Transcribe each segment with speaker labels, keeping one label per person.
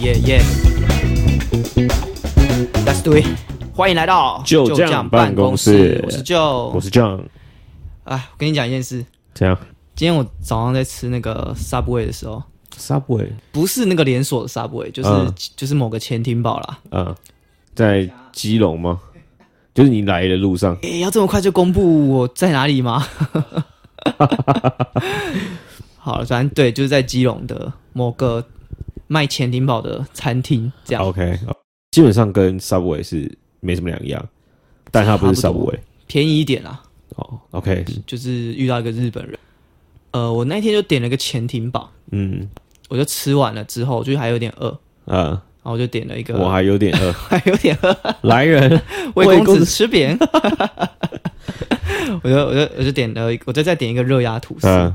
Speaker 1: 耶耶，Let's do it！欢迎来到
Speaker 2: 就
Speaker 1: 这
Speaker 2: 这样
Speaker 1: 样
Speaker 2: 办
Speaker 1: 公
Speaker 2: 公室
Speaker 1: 我是就，
Speaker 2: 我是 John，
Speaker 1: 哎，我跟你讲一件事，
Speaker 2: 怎样
Speaker 1: 今天我早上在吃那个 Subway 的时候，
Speaker 2: ？Subway，
Speaker 1: 不是那个连锁的 Subway，就是、
Speaker 2: 嗯
Speaker 1: 就是某个前厅堡啦。
Speaker 2: 啊，在基隆吗？就是你来的路上，
Speaker 1: 诶，要这么快就公布我在哪里吗？ 好了，反正对，就是在基隆的某个卖前厅堡的餐厅这样。
Speaker 2: OK，基本上跟 Subway 是没什么两样，但它不是
Speaker 1: 差不多
Speaker 2: Subway
Speaker 1: 便宜一点啦，
Speaker 2: 哦。OK，
Speaker 1: 就是遇到一个日本人，呃，我那天就点了个潜艇堡，
Speaker 2: 嗯
Speaker 1: 我就吃完了之后，就还有点饿，然
Speaker 2: 啊，
Speaker 1: 后我就点了一个，
Speaker 2: 我还有点 饿，
Speaker 1: 还有点饿，
Speaker 2: 来人，
Speaker 1: 魏
Speaker 2: 魏
Speaker 1: 公
Speaker 2: 公
Speaker 1: 子
Speaker 2: 子
Speaker 1: 吃瘪， 我就我就我就点了一个，我就再点一个热压吐司，
Speaker 2: 嗯，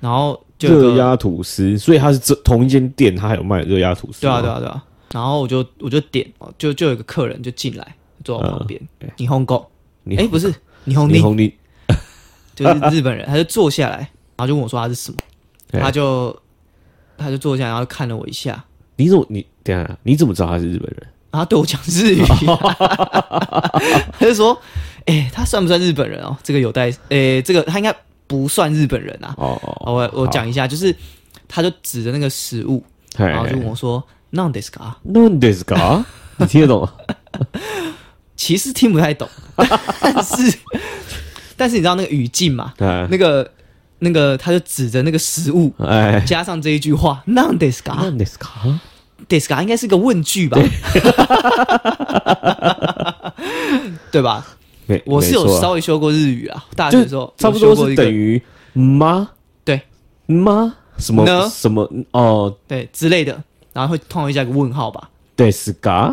Speaker 1: 然后就有
Speaker 2: 热
Speaker 1: 个
Speaker 2: 压吐司，所以它是这同一间店，它还有卖热压吐司
Speaker 1: 对啊
Speaker 2: 吗，
Speaker 1: 对啊对啊，然后我就我就点，哦就就有一个客人就进来坐我旁
Speaker 2: 哦
Speaker 1: 边，
Speaker 2: 哎
Speaker 1: 霓虹狗，
Speaker 2: 霓虹
Speaker 1: 哎不是霓虹
Speaker 2: 霓
Speaker 1: 你，
Speaker 2: 虹你
Speaker 1: 就是日本人，他就坐下来，然后就问我说他是什么，
Speaker 2: 哎
Speaker 1: 他就他就坐下来，然后看了我一下。
Speaker 2: 你怎么你等一下你怎么知道他是日本人？
Speaker 1: 然后他对我讲日语，他就说：“哎、他算不算日本人哦？这个有待，哎、这个他应该不算日本人啊。
Speaker 2: 哦
Speaker 1: 好我我讲一下，就是他就指着那个食物，然后哦就问
Speaker 2: 嘿，
Speaker 1: 我说 n o n d e s k a
Speaker 2: 那 this guy，你听得懂吗？
Speaker 1: 其实听不太 懂，但是但是你知道那个语境嘛？
Speaker 2: 哎
Speaker 1: 那个那个他就指着那个食物，
Speaker 2: 哎，
Speaker 1: 加上这一句话 n o n d e s k a
Speaker 2: 那 this guy。
Speaker 1: d e s k a 应该是个问句吧？ 对吧？
Speaker 2: 没，
Speaker 1: 我是
Speaker 2: 没错
Speaker 1: 有
Speaker 2: 啊
Speaker 1: 稍微修过日语啊，大学
Speaker 2: 就
Speaker 1: 的时候
Speaker 2: 差不
Speaker 1: 有
Speaker 2: 多
Speaker 1: 修过
Speaker 2: 是
Speaker 1: 一个
Speaker 2: 等于吗
Speaker 1: 对
Speaker 2: 吗什么
Speaker 1: 呢
Speaker 2: 什么哦，
Speaker 1: 对之类的，然后会通常会加一个问号吧。
Speaker 2: 对是嘎，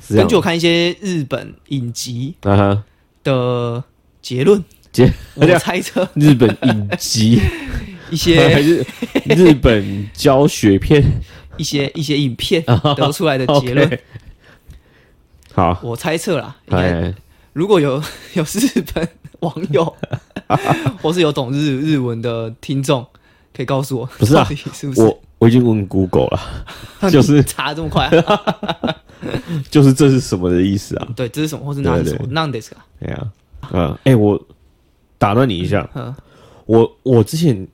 Speaker 2: 是这
Speaker 1: 根
Speaker 2: 样
Speaker 1: 据我看一些日本影集
Speaker 2: 啊哈，
Speaker 1: 的结论，
Speaker 2: 接
Speaker 1: 我
Speaker 2: 这样
Speaker 1: 猜测
Speaker 2: 日本影 集
Speaker 1: 一些
Speaker 2: 还 是日本教学片
Speaker 1: 一些一些影片得出来的结论。
Speaker 2: 哦？OK，好，
Speaker 1: 我猜测啦，应该
Speaker 2: 哎，
Speaker 1: 如果有 有日本网 友，或是有懂日日文的听众，可以告诉我，
Speaker 2: 不是啊
Speaker 1: 到底是不是？
Speaker 2: 我我已经问 Google 了，就是
Speaker 1: 查这么快啊、
Speaker 2: 就是这是什么的意思啊？
Speaker 1: 对，这是什么，或是那是什么
Speaker 2: 对
Speaker 1: ？non this 啊，
Speaker 2: 哎呀，嗯，哎，我打断你一下，
Speaker 1: 嗯，
Speaker 2: 我我之前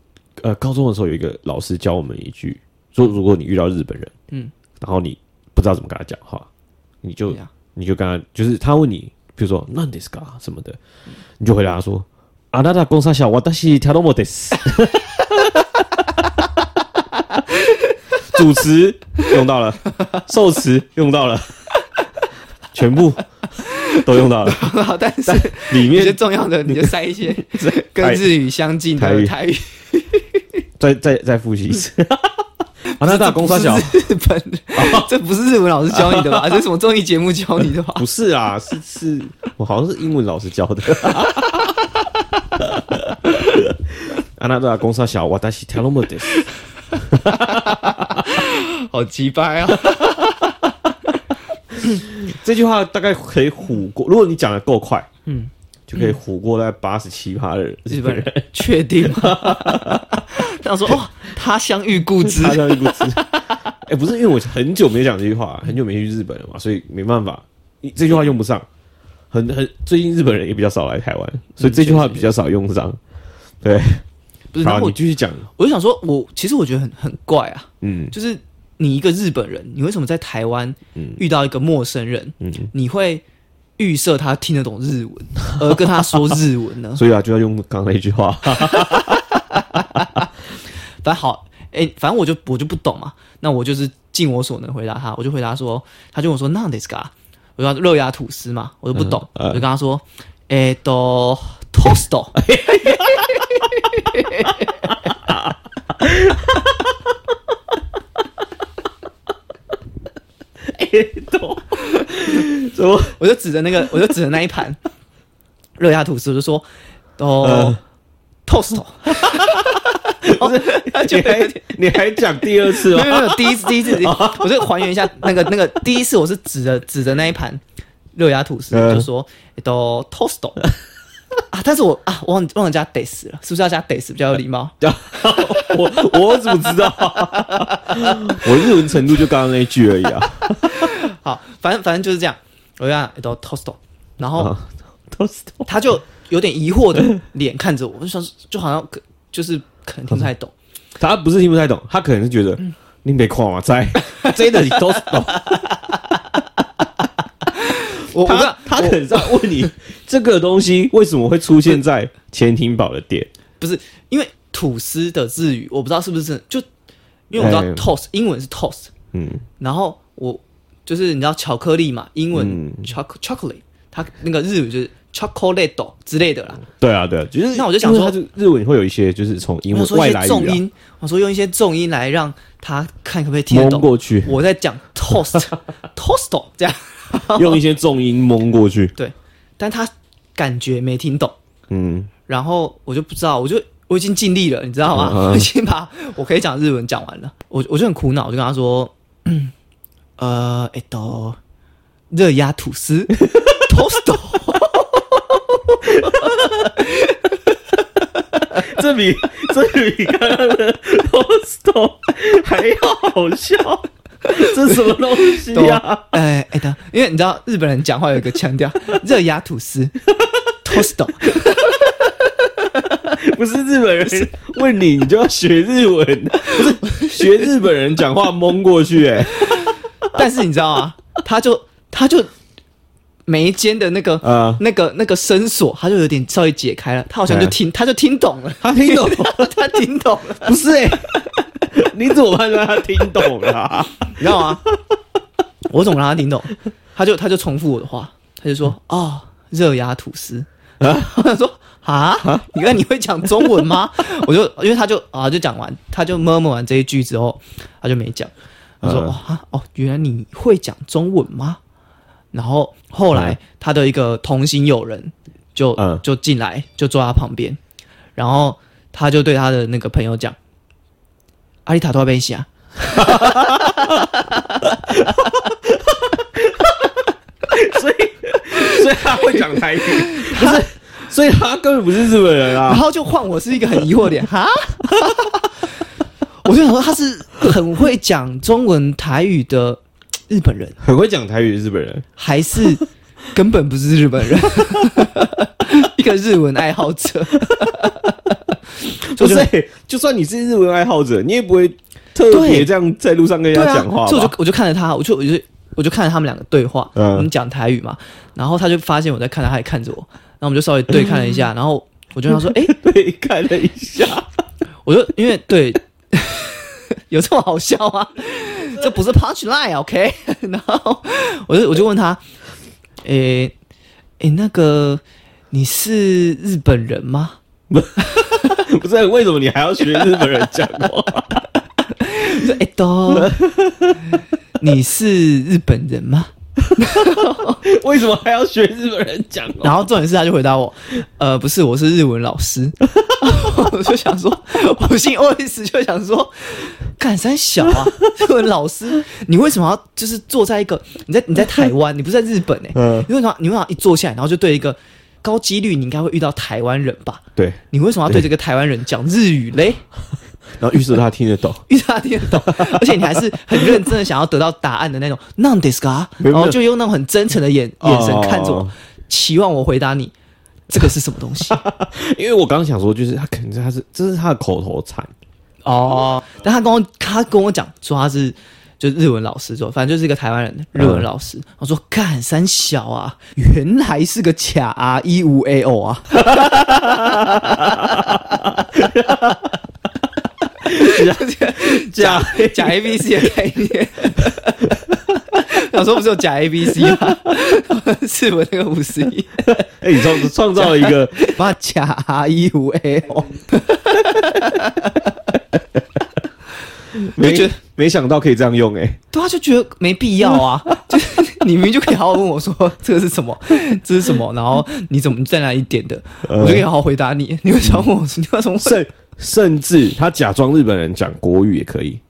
Speaker 2: 呃高中的时候有一个老师教我们一句，说如果你遇到日本人，
Speaker 1: 嗯，
Speaker 2: 然后你不知道怎么跟他讲话，你就
Speaker 1: 对啊
Speaker 2: 你就跟他就是他问你，比如说那 this 什么的，你就回答说啊那那公司小我但是调动我 this，主持用到了，受词用到了，全部都用到了，
Speaker 1: 但是
Speaker 2: 里
Speaker 1: 一些
Speaker 2: 面
Speaker 1: 重要的你就塞一 些跟日语相近
Speaker 2: 台
Speaker 1: 的
Speaker 2: 语
Speaker 1: 台语。
Speaker 2: 再再再复习一次。 啊，那大公司小
Speaker 1: 这不是日本人， 这不是日文老师教你的 吧？这是什么综艺节目教你的吧？
Speaker 2: 不是啊，是是，我好像是英文老师教的。 安娜多啊拉公司小，我但是跳 m 的，
Speaker 1: 好鸡掰啊！
Speaker 2: 这句话大概可以唬过，如果你讲的够快，
Speaker 1: 嗯
Speaker 2: 嗯，就可以唬过大概八十七趴的人
Speaker 1: 日本人确定吗？ 他想说哇，他乡遇故知
Speaker 2: 他像一不知。 哎、不是，因为我很久没讲这句话，很久没去日本了嘛，所以没办法，你这句话用不上。很很，最近日本人也比较少来台湾，所以这句话比较少用上。对，
Speaker 1: 不是？然
Speaker 2: 好，
Speaker 1: 后
Speaker 2: 你
Speaker 1: 我
Speaker 2: 继续讲。
Speaker 1: 我就想说，我其实我觉得很很怪啊，
Speaker 2: 嗯
Speaker 1: 就是你一个日本人，你为什么在台湾
Speaker 2: 嗯
Speaker 1: 遇到一个陌生人，
Speaker 2: 嗯，
Speaker 1: 你会预设他听得懂日文，而跟他说日文呢？
Speaker 2: 所以啊，就要用刚刚那 句话。
Speaker 1: 反正好，哎、反正我就我就不懂嘛，那我就是尽我所能回答他，我就回答说，他就问我说那 this 噶，我就说热压吐司嘛，我就不懂，
Speaker 2: 嗯嗯
Speaker 1: 我就跟他说，哎、都 toast，哦
Speaker 2: 怎么？
Speaker 1: 我就指着那个，我就指着那一盘热压吐司，我就说，都
Speaker 2: 嗯
Speaker 1: toast，不是，他就有点。
Speaker 2: 你还讲第二次
Speaker 1: 没有
Speaker 2: 哦？
Speaker 1: 没有没有，第一次第一 次，第一次我就还原一下那个那个第一次，我是指着指着那一盘热压吐司，
Speaker 2: 嗯
Speaker 1: 就说都 toast，啊，但是我啊，我忘忘了加 days 了，是不是要加 days 比较有礼貌？
Speaker 2: 我我怎么知道、我日文程度就刚刚那一句而已啊。
Speaker 1: 好，反正反正就是这样，我就讲都 toast，然后
Speaker 2: 啊，都是
Speaker 1: 他就有点疑惑的脸看着我，我就想就好像可就是可能听不太懂，
Speaker 2: 他不是听不太懂，他可能是觉得
Speaker 1: 嗯
Speaker 2: 你没看 嘛，在真的你都是 懂。
Speaker 1: 我我不知
Speaker 2: 他
Speaker 1: 道
Speaker 2: 他可能在问你 这个东西为什么会出现在前庭堡的店？
Speaker 1: 不是因为吐司的日语，我不知道是不是就因为我知道
Speaker 2: 哎
Speaker 1: toast 英文是 toast，
Speaker 2: 嗯，
Speaker 1: 然后我就是你知道巧克力嘛，英
Speaker 2: 嗯
Speaker 1: 文 choc chocolate，它那个日语就是 chocolate 之类的啦。
Speaker 2: 对啊，对啊，就是
Speaker 1: 那我就想说
Speaker 2: 因为它就日文会有一些就是从英
Speaker 1: 我
Speaker 2: 文
Speaker 1: 说
Speaker 2: 外
Speaker 1: 一
Speaker 2: 来
Speaker 1: 些
Speaker 2: 语、
Speaker 1: 重
Speaker 2: 啊、
Speaker 1: 音，我说用一些重音来让他看可不可以听得
Speaker 2: 蒙
Speaker 1: 懂。
Speaker 2: 过 去，
Speaker 1: 我在讲 toast toast 这样，
Speaker 2: 用一些重音蒙过去。
Speaker 1: 但他感觉没听懂，
Speaker 2: 嗯，
Speaker 1: 然后我就不知道，我就我已经尽力了，你知道吗？
Speaker 2: 嗯嗯
Speaker 1: 我已经把我可以讲日文讲完了，我我就很苦恼，我就跟他说，嗯、呃，哎都热压吐 司 toast，
Speaker 2: 这比这比刚刚的 t o s t 还要好笑，这什么东西
Speaker 1: 对啊，哎哎的，因为你知道日本人讲话有一个腔 调，热压吐司 toast。
Speaker 2: 不是日本人问你，你就要学日文，不是学日本人讲话蒙过去、欸，
Speaker 1: 但是你知道吗？他就他就眉间的那个、
Speaker 2: 啊
Speaker 1: 那个那个绳索，他就有点稍微解开了，他好像就
Speaker 2: 嗯
Speaker 1: 听、他就听懂了，
Speaker 2: 他听懂
Speaker 1: 他听懂了，
Speaker 2: 不是哎、你怎么判断他听懂了、啊？
Speaker 1: 你知道吗？我总让他听懂，他就他就重复我的话，他就说哦，热压吐司。 他说啊，你看你会讲中文吗？我就因为他就啊就讲完，他就摸摸完这一句之后，他就没讲。他说
Speaker 2: 嗯
Speaker 1: 哦啊哦，原来你会讲中文吗？然后后来
Speaker 2: 嗯
Speaker 1: 他的一个同行友人就、
Speaker 2: 嗯
Speaker 1: 就进来，就坐他旁边，然后他就对他的那个朋友讲：“阿里塔多贝西啊。”
Speaker 2: 所以， 所以他会讲台语，不是？所以他根本不是日本人
Speaker 1: 然
Speaker 2: 啊！
Speaker 1: 后就换我是一个很疑惑的脸，哈， 我就想说他是很会讲中文台语的日本人，
Speaker 2: 很会讲台语的日本人，
Speaker 1: 还是根本不是日本人， 一个日文爱好者，
Speaker 2: 不、
Speaker 1: 就是
Speaker 2: 欸？ 就算你是日文爱好者，你也不会特别
Speaker 1: 对
Speaker 2: 这样在路上跟人
Speaker 1: 对
Speaker 2: 家
Speaker 1: 啊
Speaker 2: 讲话，吧？
Speaker 1: 所以我就我就看着他，我就我就我就看着他们两个对话，
Speaker 2: 嗯
Speaker 1: 我们讲台语嘛，然后他就发现我在看他，他也看着我，然后我们就稍微对看了一 下，然后我就跟他说，哎、
Speaker 2: 对，看了一下，
Speaker 1: 我就因为对， 有这么好笑吗？ 这不是 punch line，OK？、然 后我就我就问他，诶、诶、那个你是日本人吗？
Speaker 2: 不是为什么你还要学日本人讲话？
Speaker 1: 我说诶、都， 你是日本人吗？
Speaker 2: 为什么还要学日本人讲话？
Speaker 1: 然后重点是他就回答我，呃，不是，我是日文老师。 我就想说，我心 OS 就想说，干三小啊，日文老师，你为什么要就是坐在一个你在你在台湾，你不是在日本哎、
Speaker 2: 嗯
Speaker 1: 你为什么你为什么一坐下来，然后就对一个高几率你应该会遇到台湾人吧？
Speaker 2: 对，
Speaker 1: 你为什么要对这个台湾人讲日语嘞？
Speaker 2: 然后预设他听得懂，
Speaker 1: 遇到他听得懂，而且你还是很认真的想要得到答案的 那种 n o n d i s
Speaker 2: 没有没有
Speaker 1: 然后就用那种很真诚的眼眼神看着我
Speaker 2: 哦，
Speaker 1: 期望我回答你这个是什么东西
Speaker 2: 因为我刚刚想说，就是他可能是他是这是他的口头禅，
Speaker 1: 哦。但他跟我他跟我讲说他是就日文老师说，反正就是一个台湾人日文老师。我说干三小啊，原来是个卡 R 一五 A O 啊，假假 A B C 的概念。想说不是有假 A B C 吗？是我那个五十一，
Speaker 2: 哎、你创创造了一 个
Speaker 1: 把假 R 一五 A O。
Speaker 2: 没
Speaker 1: 就觉得
Speaker 2: 没想到可以这样用、哎，
Speaker 1: 对啊，就觉得没必要啊。 就是你明明就可以好好问我说这个是什么， 这是什么，然后你怎么在哪里点的，
Speaker 2: 呃
Speaker 1: 我就可以好好回答你。你为什么要问 我说你为什么问？
Speaker 2: 甚甚至他假装日本人讲国语也可以，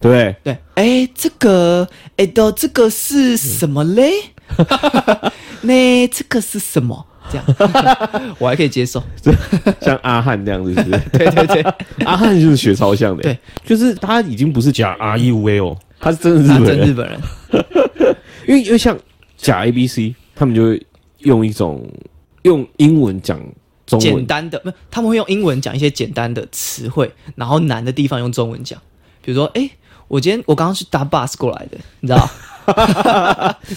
Speaker 2: 对不对？
Speaker 1: 对，哎，这个， 哎的，这个是什么嘞？那这个是什么？这样 我还可以接受。
Speaker 2: 像阿汉这样子，是不是？
Speaker 1: 对对对，
Speaker 2: 阿汉就是学超像的，
Speaker 1: 对，
Speaker 2: 就是他已经不是假 R E V 哦，他是真的
Speaker 1: 他
Speaker 2: 日本
Speaker 1: 啊真
Speaker 2: 人
Speaker 1: 日，本人，
Speaker 2: 因为因为像假 A B C，他们就会用一种用英文讲中
Speaker 1: 简
Speaker 2: 文，
Speaker 1: 单的，不，他们会用英文讲一些简单的词汇，然后难的地方用中文讲。比如说，哎、我今天我刚刚是搭 bus 过来的，你知道？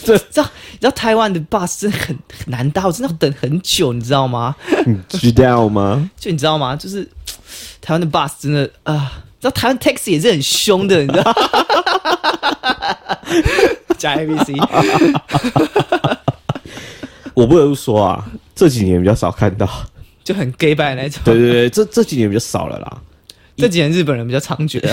Speaker 1: 这知道你知道台湾的 bus 真的很很难搭，我真的要等很久，你知道吗？
Speaker 2: 你嗯知道吗？
Speaker 1: 就你知道吗？就是台湾的 bus 真的啊，你知道台湾 taxi 也是很凶的，你知道？加 A B C，
Speaker 2: 我不得不说啊，这几年比较少看到，
Speaker 1: 就很 gay 拜那种。
Speaker 2: 对对对， 这这几年比较少了啦。
Speaker 1: 这几年日本人比较猖獗、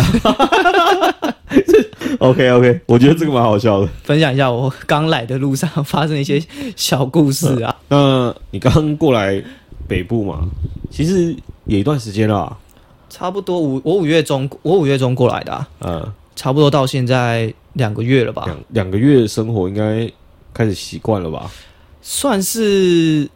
Speaker 2: OK OK，我觉得这个蛮好笑的。
Speaker 1: 分享一下我刚来的路上发生的一些
Speaker 2: 嗯
Speaker 1: 小故事啊。
Speaker 2: 那你刚过来北部嘛，其实也一段时间了啊，
Speaker 1: 差不多五我五月中我五月中过来的、啊，
Speaker 2: 嗯，
Speaker 1: 差不多到现在两个月了吧，
Speaker 2: 两两个月生活应该开始习惯了吧？
Speaker 1: 算是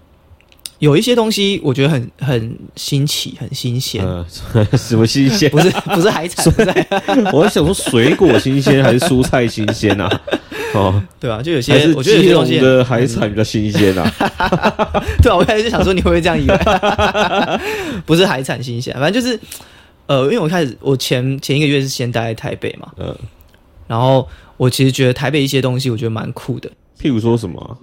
Speaker 1: 有一些东西我觉得很很新奇，很新鲜。
Speaker 2: 嗯， 什么新鲜？
Speaker 1: 不是不是海产，不是海
Speaker 2: 我在想说水果新鲜还是蔬菜新鲜啊？哦，
Speaker 1: 对啊吧、就有
Speaker 2: 还
Speaker 1: 些
Speaker 2: 是
Speaker 1: 我觉得有
Speaker 2: 基
Speaker 1: 些
Speaker 2: 隆
Speaker 1: 东西，
Speaker 2: 的海产比较新鲜 啊？
Speaker 1: 对啊，我开始就想说你会不会这样以为， 不是海产新鲜，啊反正就是呃，因为我开始我前前一个月是先待在台北嘛，
Speaker 2: 嗯，
Speaker 1: 然后我其实觉得台北一些东西我觉得蛮酷的，
Speaker 2: 譬如说什么啊？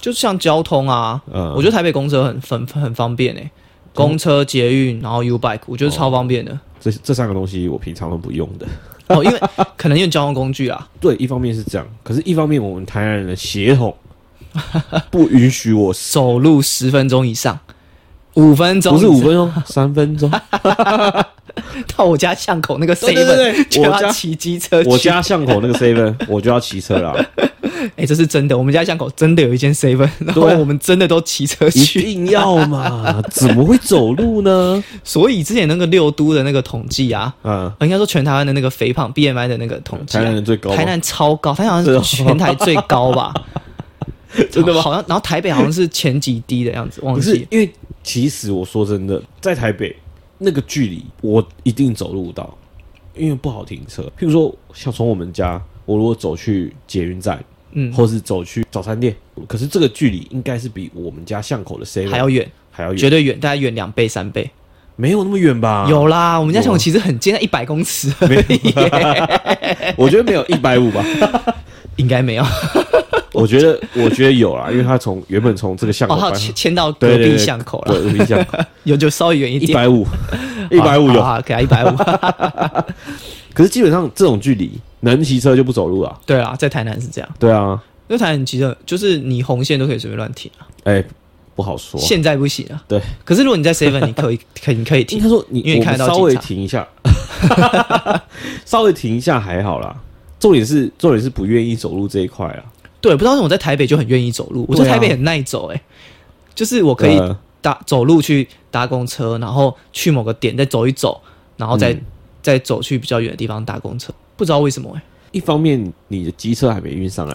Speaker 1: 就像交通啊，
Speaker 2: 嗯
Speaker 1: 我觉得台北公车很很很方便诶、欸公车、捷运，然后 U Bike，我觉得超方便的。
Speaker 2: 这这三个东西我平常都不用的。
Speaker 1: 哦， 因为可能因为交通工具啊，
Speaker 2: 对，一方面是这样，可是一方面我们台南人的 血统不允许我
Speaker 1: 走路十分钟以上，五分钟
Speaker 2: 不是五
Speaker 1: 以
Speaker 2: 分钟，三分 钟。
Speaker 1: 上到我家巷口那个 seven
Speaker 2: 对对对对
Speaker 1: 就
Speaker 2: 我
Speaker 1: 要
Speaker 2: 家
Speaker 1: 骑机车去。
Speaker 2: 我家巷口那个 seven，我就要骑车啦，
Speaker 1: 哎、这是真的，我们家巷口真的有一间 seven，然后
Speaker 2: 对啊
Speaker 1: 我们真的都骑车
Speaker 2: 一
Speaker 1: 去。
Speaker 2: 定要嘛？怎么会走路呢？
Speaker 1: 所以之前那个六都的那个统计啊，
Speaker 2: 啊，
Speaker 1: 呃应该说全台湾的那个肥胖 BMI 的那个统计、
Speaker 2: 台
Speaker 1: 啊，
Speaker 2: 南人最高吗，
Speaker 1: 台南超高，台南好像是
Speaker 2: 是哦
Speaker 1: 全台最高吧？
Speaker 2: 真的吗
Speaker 1: 好像，然后台北好像是前几低的样子，忘
Speaker 2: 不
Speaker 1: 记
Speaker 2: 是
Speaker 1: 了。
Speaker 2: 因为其实我说真的，在台北那个距离，我一定走路到，因为不好停车。譬如说，像从我们家，我如果走去捷运站，
Speaker 1: 嗯，
Speaker 2: 或是走去早餐店，可是这个距离应该是比我们家巷口的 seven
Speaker 1: 还要远，
Speaker 2: 还要
Speaker 1: 绝
Speaker 2: 远，
Speaker 1: 对远，大概远两倍三倍。
Speaker 2: 没有那么远吧？
Speaker 1: 有啦，我们家
Speaker 2: 有
Speaker 1: 巷口其实很近，一百公尺而已耶，
Speaker 2: 我觉得没有一百五吧。
Speaker 1: 应该 没有。
Speaker 2: 我觉得，我觉得有啦，因为他从原本从这个巷口
Speaker 1: 哦，还有
Speaker 2: 搬，
Speaker 1: 迁迁到
Speaker 2: 对
Speaker 1: 隔
Speaker 2: 对
Speaker 1: 壁
Speaker 2: 对，
Speaker 1: 巷口
Speaker 2: 对，
Speaker 1: 了，
Speaker 2: 隔壁巷 口
Speaker 1: 有就稍微远一
Speaker 2: 一
Speaker 1: 点，啊
Speaker 2: 百五，一百五
Speaker 1: 好
Speaker 2: 有。
Speaker 1: 好给他一百五。
Speaker 2: 可是基本上这种距离，能骑车就不走路啊。
Speaker 1: 对啦，在台南是这样，
Speaker 2: 对啊，
Speaker 1: 因为台南其实就是你红线都可以随便乱停啊，
Speaker 2: 哎、不好说。
Speaker 1: 现在不行啊。
Speaker 2: 对，
Speaker 1: 可是如果你在 Seven，你可以可以你可以
Speaker 2: 应
Speaker 1: 停
Speaker 2: 该，说你，
Speaker 1: 因为
Speaker 2: 我
Speaker 1: 看
Speaker 2: 们
Speaker 1: 得到
Speaker 2: 稍微
Speaker 1: 警察
Speaker 2: 停一下， 稍微停一下还好啦。重点是，重点是不愿意走路这一块啊。
Speaker 1: 对，不知道为什么我在台北就很愿意走路，我
Speaker 2: 对啊
Speaker 1: 在台北很耐走、欸，就是我可以
Speaker 2: 呃
Speaker 1: 搭走路去搭公车，然后去某个点再走一走，然后再、
Speaker 2: 嗯
Speaker 1: 再走去比较远的地方搭公车，不知道为什么、欸，
Speaker 2: 一方面你的机车还没运上来，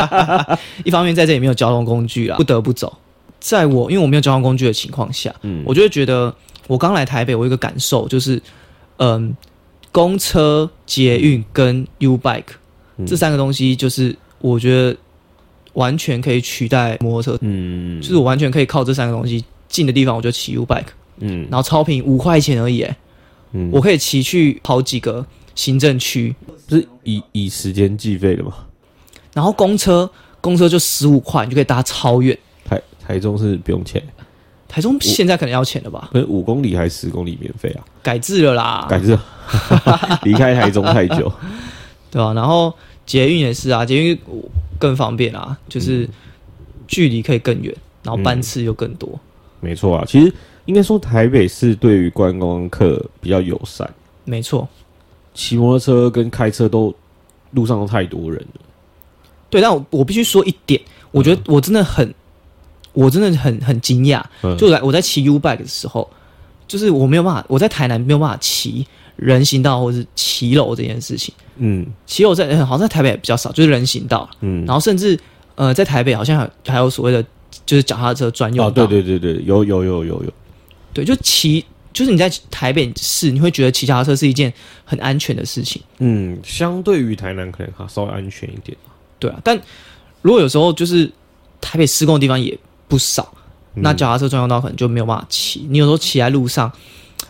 Speaker 1: 一方面在这里没有交通工具啊，不得不走。在我因为我没有交通工具的情况下，
Speaker 2: 嗯，
Speaker 1: 我就会觉得我刚来台北，我有一个感受就是，嗯，公车、捷运跟 U Bike、
Speaker 2: 嗯
Speaker 1: 这三个东西，就是我觉得完全可以取代摩托车
Speaker 2: 嗯
Speaker 1: 就是我完全可以靠这三个东西，近的地方我就骑 U bike，
Speaker 2: 嗯
Speaker 1: 然后超平五块钱而已、欸，
Speaker 2: 嗯，
Speaker 1: 我可以骑去好几个行政区，
Speaker 2: 不是以以时间计费的嘛？
Speaker 1: 然后公车公车就十五块，你就可以搭超远。
Speaker 2: 台台中是不用钱，
Speaker 1: 台中现在可能要钱了吧？
Speaker 2: 可是五公里还是十公里免费啊？
Speaker 1: 改制了啦，
Speaker 2: 感觉 离开台中太久，
Speaker 1: 对吧、然后捷运也是啊，捷运我更方便啊，就是距离可以更远，然后班次又更多。
Speaker 2: 没错啊。其实应该说台北市对于观光客比较友善，
Speaker 1: 没错，
Speaker 2: 骑摩托车跟开车都路上都太多人了。
Speaker 1: 对，但我我必须说一点，我觉得我真的很，我真的很很惊讶，
Speaker 2: 嗯
Speaker 1: 就来我在骑 U bike 的时候，就是我没有办法，我在台南没有办法骑人行道或是骑楼这件事情。
Speaker 2: 嗯
Speaker 1: 骑 楼在、呃好像在台北也比较少，就是人行道，
Speaker 2: 嗯
Speaker 1: 然后甚至呃在台北好像还有还有所谓的就是脚踏车专用
Speaker 2: 哦，
Speaker 1: 道。
Speaker 2: 对对对对，有有有有有，
Speaker 1: 对，就骑，就是你在台北市，你会觉得骑脚踏车是一件很安全的事情，
Speaker 2: 嗯，相对于台南可能还稍微安全一点。
Speaker 1: 对啊。但如果有时候就是台北施工的地方也不少，
Speaker 2: 嗯
Speaker 1: 那脚踏车专用道可能就没有办法骑。你有时候骑在路上，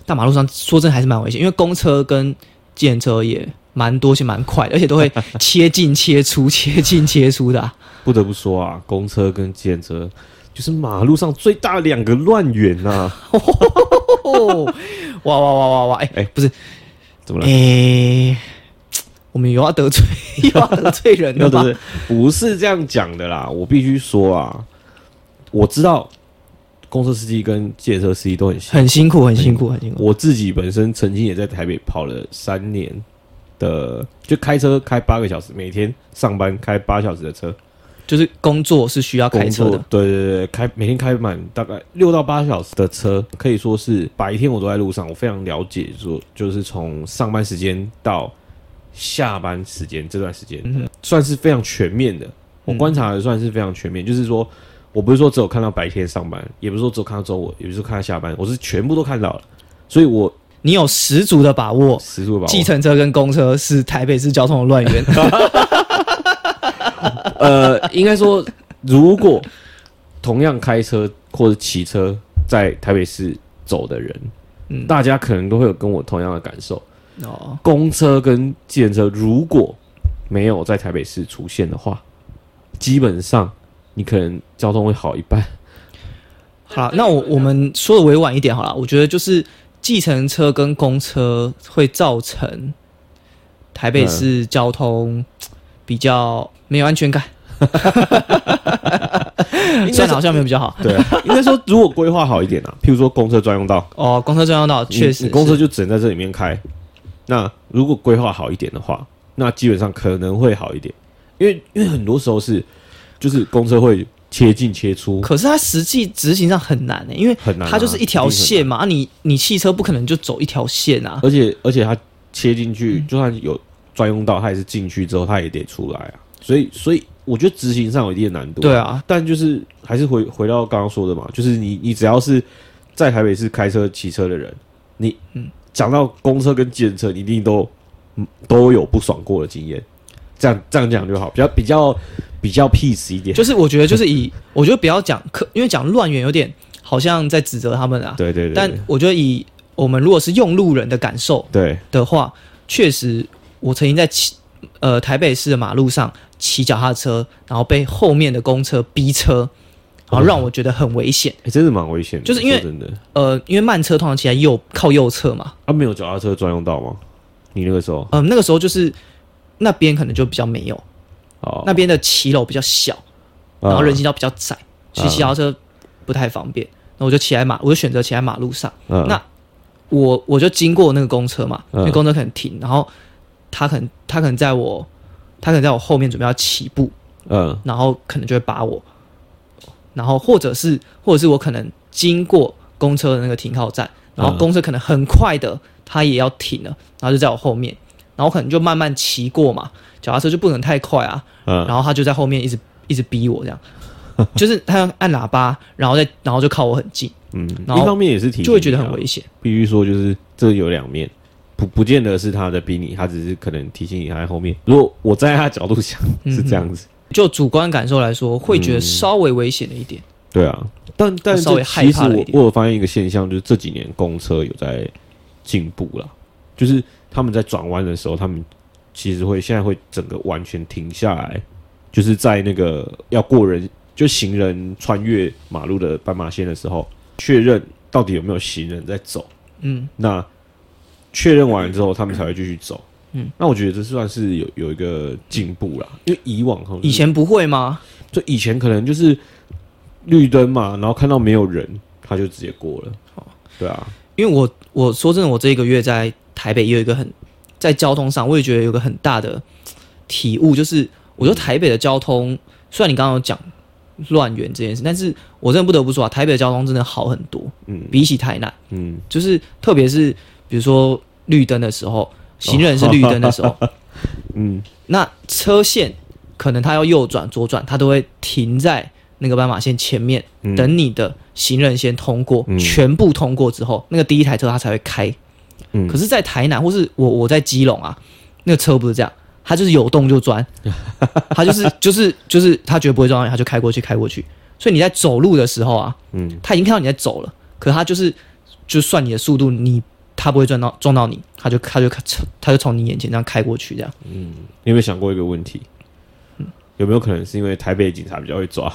Speaker 1: 大马路上，说真的还是蛮危险，因为公车跟计程车也蛮多，且蛮 快的，而且都会切进切出、切进切出的啊、
Speaker 2: 不得不说啊，公车跟计程车就是马路上最大两个乱源啊呐、
Speaker 1: 哦，哇哇哇哇哇！哎、
Speaker 2: 哎
Speaker 1: 不是，
Speaker 2: 怎么
Speaker 1: 哎、
Speaker 2: 了？
Speaker 1: 我们有要 得罪，又要得罪人
Speaker 2: 那
Speaker 1: 了
Speaker 2: 不
Speaker 1: 吧？
Speaker 2: 是不是这样讲的啦，我必须说啊，我知道公车司机跟计程车司机都很辛
Speaker 1: 很辛苦，很辛苦，很辛苦。
Speaker 2: 我自己本身曾经也在台北跑了三年的，就开车开八个小时，每天上班开八小时的车，
Speaker 1: 就是工作是需要啊开车
Speaker 2: 工
Speaker 1: 的
Speaker 2: 作，对对对，开每天开满大概六到八小时的车，可以说是白天我都在路上，我非常了解说，就是从上班时间到下班时间这段时间，
Speaker 1: 嗯
Speaker 2: 算是非常全面的。我观察的算是非常全面，就是说我不是说只有看到白天上班，也不是说只有看到中午，也不是说看到下班，我是全部都看到了，所以我
Speaker 1: 你有十足的把握，
Speaker 2: 十足地把握
Speaker 1: 计程车跟公车是台北市交通的乱 源。
Speaker 2: 呃，应该说，如果同样开车或者骑车在台北市走的人，
Speaker 1: 嗯
Speaker 2: 大家可能都会有跟我同样的感受。
Speaker 1: 哦，
Speaker 2: 公车跟计程车如果没有在台北市出现的话，基本上你可能交通会好一 半。
Speaker 1: 好啦，那我我们说的委婉一点好了，我觉得就是计程车跟公车会造成台北市交通比较没有安全感，虽然好像没有比较好。
Speaker 2: 对啊，应该说如果规划好一点啊，譬如说公车专用道，
Speaker 1: 哦，公车专用道
Speaker 2: 你
Speaker 1: 确实
Speaker 2: 你
Speaker 1: 是，
Speaker 2: 公车就只能在这里面开。那如果规划好一点的话，那基本上可能会好一点，因为因为很多时候是就是公车会切进切出，
Speaker 1: 可是它实际执行上很难呢、欸因为
Speaker 2: 很难啊、
Speaker 1: 它就是一条线嘛，啊你你汽车不可能就走一条线啊。
Speaker 2: 定很难，而且而且它切进
Speaker 1: 嗯
Speaker 2: 去，就算有专用道，它也是进去之后它也得出来啊。所以所以我觉得执行上有一定的难度。
Speaker 1: 对啊，
Speaker 2: 但就是还是回回到刚刚说的嘛，就是你你只要是在台北市开车、骑车的人，你
Speaker 1: 嗯
Speaker 2: 讲到公车跟计程车，你一定都嗯都有不爽过的经验。这样这样讲就好，比较比较比较 peace 一点。
Speaker 1: 啊就是我觉得就是以，我觉得不要讲客，因为讲乱源有点好像在指责他们啊。
Speaker 2: 对对对，
Speaker 1: 但
Speaker 2: 对
Speaker 1: 我觉得以我们如果是用路人的感受
Speaker 2: 对
Speaker 1: 的话，确实我曾经在骑呃台北市的马路上骑脚踏车，然后被后面的公车逼车，然后让我觉得很危险。
Speaker 2: 欸真的蛮危险的，
Speaker 1: 就是因为
Speaker 2: 说真的
Speaker 1: 呃，因为慢车通常骑在右靠右侧嘛，
Speaker 2: 啊，没有脚踏车专用道吗？你那个时候
Speaker 1: 嗯、那个时候就是那边可能就比较没有，
Speaker 2: 哦，嗯
Speaker 1: 那边的骑楼比较小。然后人行道比较窄，所以骑脚
Speaker 2: 啊
Speaker 1: 踏车不太方便。那我就骑在马，我就选择骑在马路上。
Speaker 2: 嗯
Speaker 1: 那我我就经过那个公车嘛，
Speaker 2: 嗯
Speaker 1: 那公车可能停，然后他可能他可能在我他可能在我后面准备要起步，
Speaker 2: 嗯
Speaker 1: 然后可能就会把我，然后或者是或者是我可能经过公车的那个停靠站，然后
Speaker 2: 嗯
Speaker 1: 公车可能很快的它也要停了，然后就在我后面，然后可能就慢慢骑过嘛，脚踏车就不能太快啊，
Speaker 2: 嗯
Speaker 1: 然后他就在后面一直一直逼我这样，就是他按喇叭，然后再然后就靠我很近，
Speaker 2: 嗯，
Speaker 1: 然后
Speaker 2: 一方面也是啊提，
Speaker 1: 就会觉得很危险。
Speaker 2: 必须说，就是这有两面，不不见得是他在逼你，他只是可能提醒你他在后面。如果我站在他的角度想，
Speaker 1: 嗯
Speaker 2: 啊是这样嗯子，
Speaker 1: 就主观感受来说，会觉得稍微危险了一点。
Speaker 2: 对啊。但但
Speaker 1: 稍微
Speaker 2: 这
Speaker 1: 害
Speaker 2: 其实
Speaker 1: 怕了一
Speaker 2: 我
Speaker 1: 点
Speaker 2: 我有发现一个现象，就是这几年公车有在进步啦，就是他们在转弯的时候，他们其实会现在会整个完全停下来，就是在那个要过人就行人穿越马路的斑马线的时候，确认到底有没有行人在走。
Speaker 1: 嗯，
Speaker 2: 那确认完之后，他们才会继续走。
Speaker 1: 嗯
Speaker 2: 嗯，那我觉得这算是有有一个进步啦，因为以往可能就是
Speaker 1: 以前不会吗？
Speaker 2: 就以前可能就是绿灯嘛，然后看到没有人，他就直接过了。
Speaker 1: 哦
Speaker 2: 对啊，
Speaker 1: 因为我我说真的，我这一个月在台北也有一个很在交通上，我也觉得有个很大的体悟，就是我觉得台北的交通，虽然你刚刚有讲乱源这件事，但是我真的不得不说啊，台北的交通真的好很多，
Speaker 2: 嗯
Speaker 1: 比起台南。
Speaker 2: 嗯，
Speaker 1: 就是特别是比如说绿灯的时候，行人是绿灯的时候，
Speaker 2: 嗯，
Speaker 1: 那车线可能他要右转、左转，他都会停在那个斑马线前面，
Speaker 2: 嗯
Speaker 1: 等你的行人先通过，
Speaker 2: 嗯
Speaker 1: 全部通过之后，那个第一台车它才会开。
Speaker 2: 嗯
Speaker 1: 可是，在台南或是我我在基隆啊，那个车不是这样，它就是有洞就 钻，它就是就是就是它绝不会撞到你，它就开过去开过去。所以你在走路的时候啊，
Speaker 2: 嗯
Speaker 1: 他已经看到你在走了，可他就是就算你的速度，你他不会撞到撞到你，他就他就他就从你眼前这样开过去，这样
Speaker 2: 你有没有想过一个问题？
Speaker 1: 嗯
Speaker 2: 有没有可能是因为台北警察比较会抓，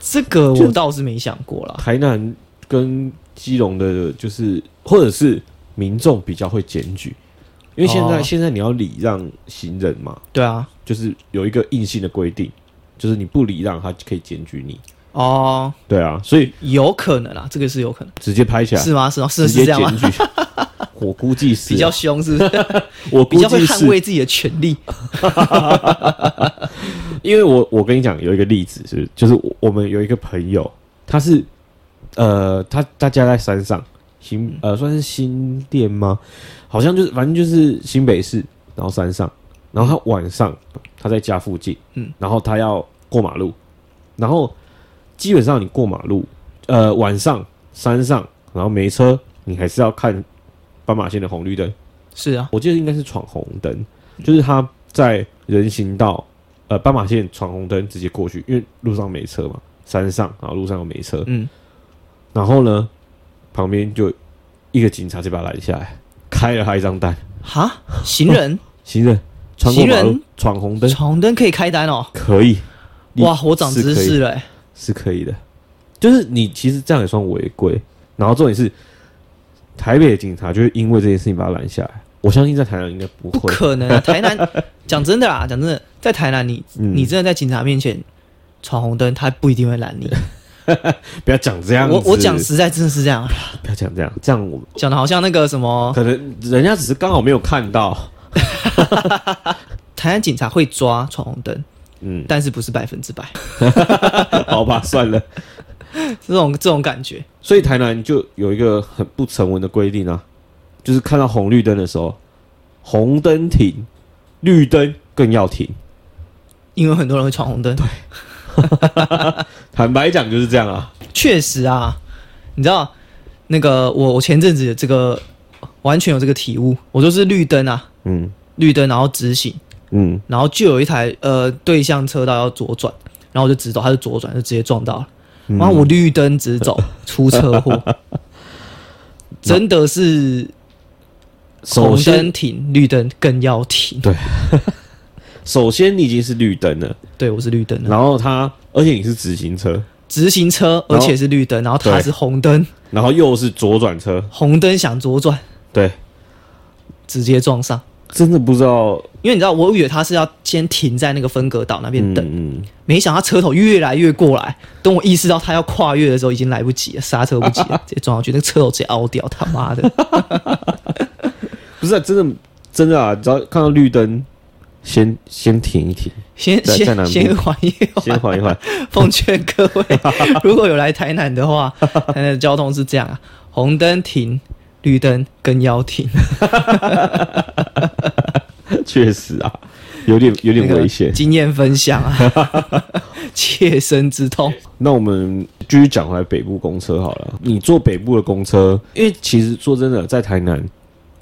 Speaker 1: 这个我倒是没想过啦。
Speaker 2: 台南跟基隆的，就是或者是民众比较会检举，因为现在、
Speaker 1: 哦
Speaker 2: 现在你要礼让行人嘛，
Speaker 1: 对啊，
Speaker 2: 就是有一个硬性的规定，就是你不礼让，他可以检举你。
Speaker 1: 哦，
Speaker 2: 对啊，所以
Speaker 1: 有可能啊，这个是有可能，
Speaker 2: 直接拍起来，
Speaker 1: 是吗？是吗？是
Speaker 2: 直
Speaker 1: 是
Speaker 2: 接
Speaker 1: 这样吗
Speaker 2: 检？举。 我估计是啊
Speaker 1: 比较凶是不 是？
Speaker 2: 我
Speaker 1: 比
Speaker 2: 估
Speaker 1: 较会
Speaker 2: 计
Speaker 1: 捍
Speaker 2: 是，
Speaker 1: 卫自己的权利。
Speaker 2: 因为我我跟你讲有一个例子是，就是我我们有一个朋友，他是呃，他他家在山上，新呃算是新店吗？好像就是反正就是新北市，然后山上，然后他晚上他在家附近，
Speaker 1: 嗯
Speaker 2: 嗯，然后他要过马路，然后基本上你过马路，呃，晚上山上，然后没车，你还是要看斑马线的红绿灯。
Speaker 1: 是啊，
Speaker 2: 我记得应该是闯红灯，就是他在人行道呃斑马线闯红灯直接过去，因为路上没车嘛，山上啊路上又没车，
Speaker 1: 嗯，
Speaker 2: 然后呢旁边就一个警察就把他拦下来，开了他一张单，
Speaker 1: 哈，行人
Speaker 2: 行人穿过马
Speaker 1: 行
Speaker 2: 路
Speaker 1: 人
Speaker 2: 闯红灯
Speaker 1: 闯红灯可以开单哦。
Speaker 2: 可以，你
Speaker 1: 哇，我长知
Speaker 2: 是可以
Speaker 1: 识了、欸。
Speaker 2: 是可以的，就是你其实这样也算违规，然后重点是台北的警察就会因为这件事情把他拦下来，我相信在台南应该不
Speaker 1: 不
Speaker 2: 会，
Speaker 1: 可能 啊！台南，讲真的啦，讲真的，在台南你，你、
Speaker 2: 嗯
Speaker 1: 真的在警察面前闯红灯，他不一定会拦你。
Speaker 2: 不要讲这样子，
Speaker 1: 我我讲实在真的是这样，啊
Speaker 2: 不要讲这样，这样我
Speaker 1: 讲的好像那个什么
Speaker 2: 可能人家只是刚好没有看到。
Speaker 1: 台南警察会抓闯红灯，
Speaker 2: 嗯，
Speaker 1: 但是不是百分之百
Speaker 2: 好吧，算了。
Speaker 1: 这种这种感觉。
Speaker 2: 所以台南就有一个很不成文的规定啊，就是看到红绿灯的时候，红灯停，绿灯更要停。
Speaker 1: 因为很多人会闯红灯，
Speaker 2: 坦白讲就是这样啊。
Speaker 1: 确实啊，你知道那个我我前阵子这个完全有这个体悟，我就是绿灯啊，
Speaker 2: 嗯
Speaker 1: 绿灯然后直行，
Speaker 2: 嗯，
Speaker 1: 然后就有一台呃对向车道要左转，然后我就直走，他就左转就直接撞到了，
Speaker 2: 嗯
Speaker 1: 然后我绿灯直走出车祸， 真的是
Speaker 2: 首
Speaker 1: 红灯
Speaker 2: 先
Speaker 1: 停，绿灯更要停。
Speaker 2: 首先你已经是绿灯了，
Speaker 1: 对，我是绿灯的，
Speaker 2: 然后他而且你是直行车，
Speaker 1: 直行车，
Speaker 2: 然
Speaker 1: 而
Speaker 2: 后
Speaker 1: 且是绿灯，然后他
Speaker 2: 对
Speaker 1: 是红灯，
Speaker 2: 然后又是左转车，
Speaker 1: 红灯想左转
Speaker 2: 对，
Speaker 1: 直接撞上，
Speaker 2: 真的不知道
Speaker 1: 因为你知道，我以为他是要先停在那个分隔岛那边等，
Speaker 2: 嗯，嗯
Speaker 1: 没想到车头越来越过来，等我意识到他要跨越的时候，已经来不及了，刹车不及 了，直接撞上去，那个车头直接凹掉，他妈的！
Speaker 2: 不是、啊、真的真的啊，只要看到绿灯，先先停一停，
Speaker 1: 先
Speaker 2: 在在南
Speaker 1: 先
Speaker 2: 部
Speaker 1: 先缓一缓，
Speaker 2: 先缓一缓。
Speaker 1: 奉劝各位，如果有来台南的 话，台南的交通是这样啊：红灯停，绿灯更要停，
Speaker 2: 确实啊，有点有点危险
Speaker 1: 那个。经验分享啊， 切身之痛。
Speaker 2: 那我们继续讲回来北部公车好了。你坐北部的公车，因为其实说真的，在台南，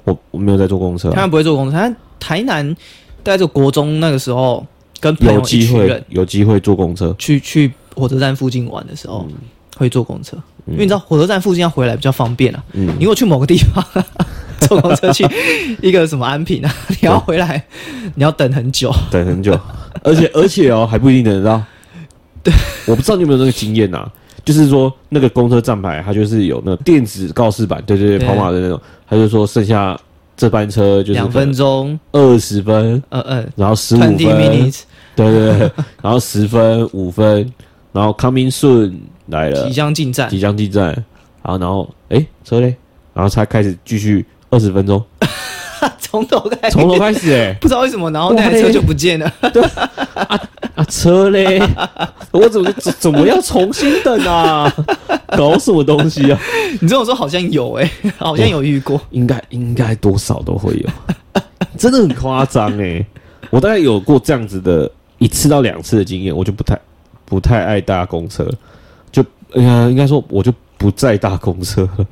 Speaker 2: 我我没有在坐公车
Speaker 1: 台
Speaker 2: 啊、
Speaker 1: 南不会坐公车，台南台南大概就国中那个时候，跟朋
Speaker 2: 有
Speaker 1: 友一
Speaker 2: 机
Speaker 1: 群
Speaker 2: 会
Speaker 1: 人
Speaker 2: 有机会坐公车，
Speaker 1: 去去火车站附近玩的时候，
Speaker 2: 嗯
Speaker 1: 会坐公车，因为你知道火车站附近要回来比较方便啊。
Speaker 2: 嗯
Speaker 1: 你如果去某个地 方，坐公车去一个什么安平啊，你要回来，你要等很久。
Speaker 2: 等很久，而且而且哦，还不一定等得到。对，我不知道你有没有那个经验呐、啊就是说，那个公车站牌，它就是有那个电子告示板，对对对，
Speaker 1: 对
Speaker 2: 跑马的那种，它就说剩下这班车就是
Speaker 1: 两分钟，
Speaker 2: 二十分，
Speaker 1: 呃呃
Speaker 2: 然后十五分
Speaker 1: ，twenty minutes，
Speaker 2: 对对对，然后十分五分，然后 coming soon 来了
Speaker 1: 即，将进站，
Speaker 2: 即将进站，然后然后哎车嘞，然后他开始继续二十分钟，
Speaker 1: 从头开始，
Speaker 2: 从头开始哎、
Speaker 1: 不知道为什么，然后那台车就不见了。
Speaker 2: 啊车嘞， 我怎么怎怎么要重新等 啊？搞什么东西啊？
Speaker 1: 你这么说好像有哎、 好像有遇过。
Speaker 2: 应该应该多少都会有，真的很夸张哎，我大概有过这样子的一一次到两次的经验，我就不太不太爱搭公车，就呃应该说我就不再搭公车了，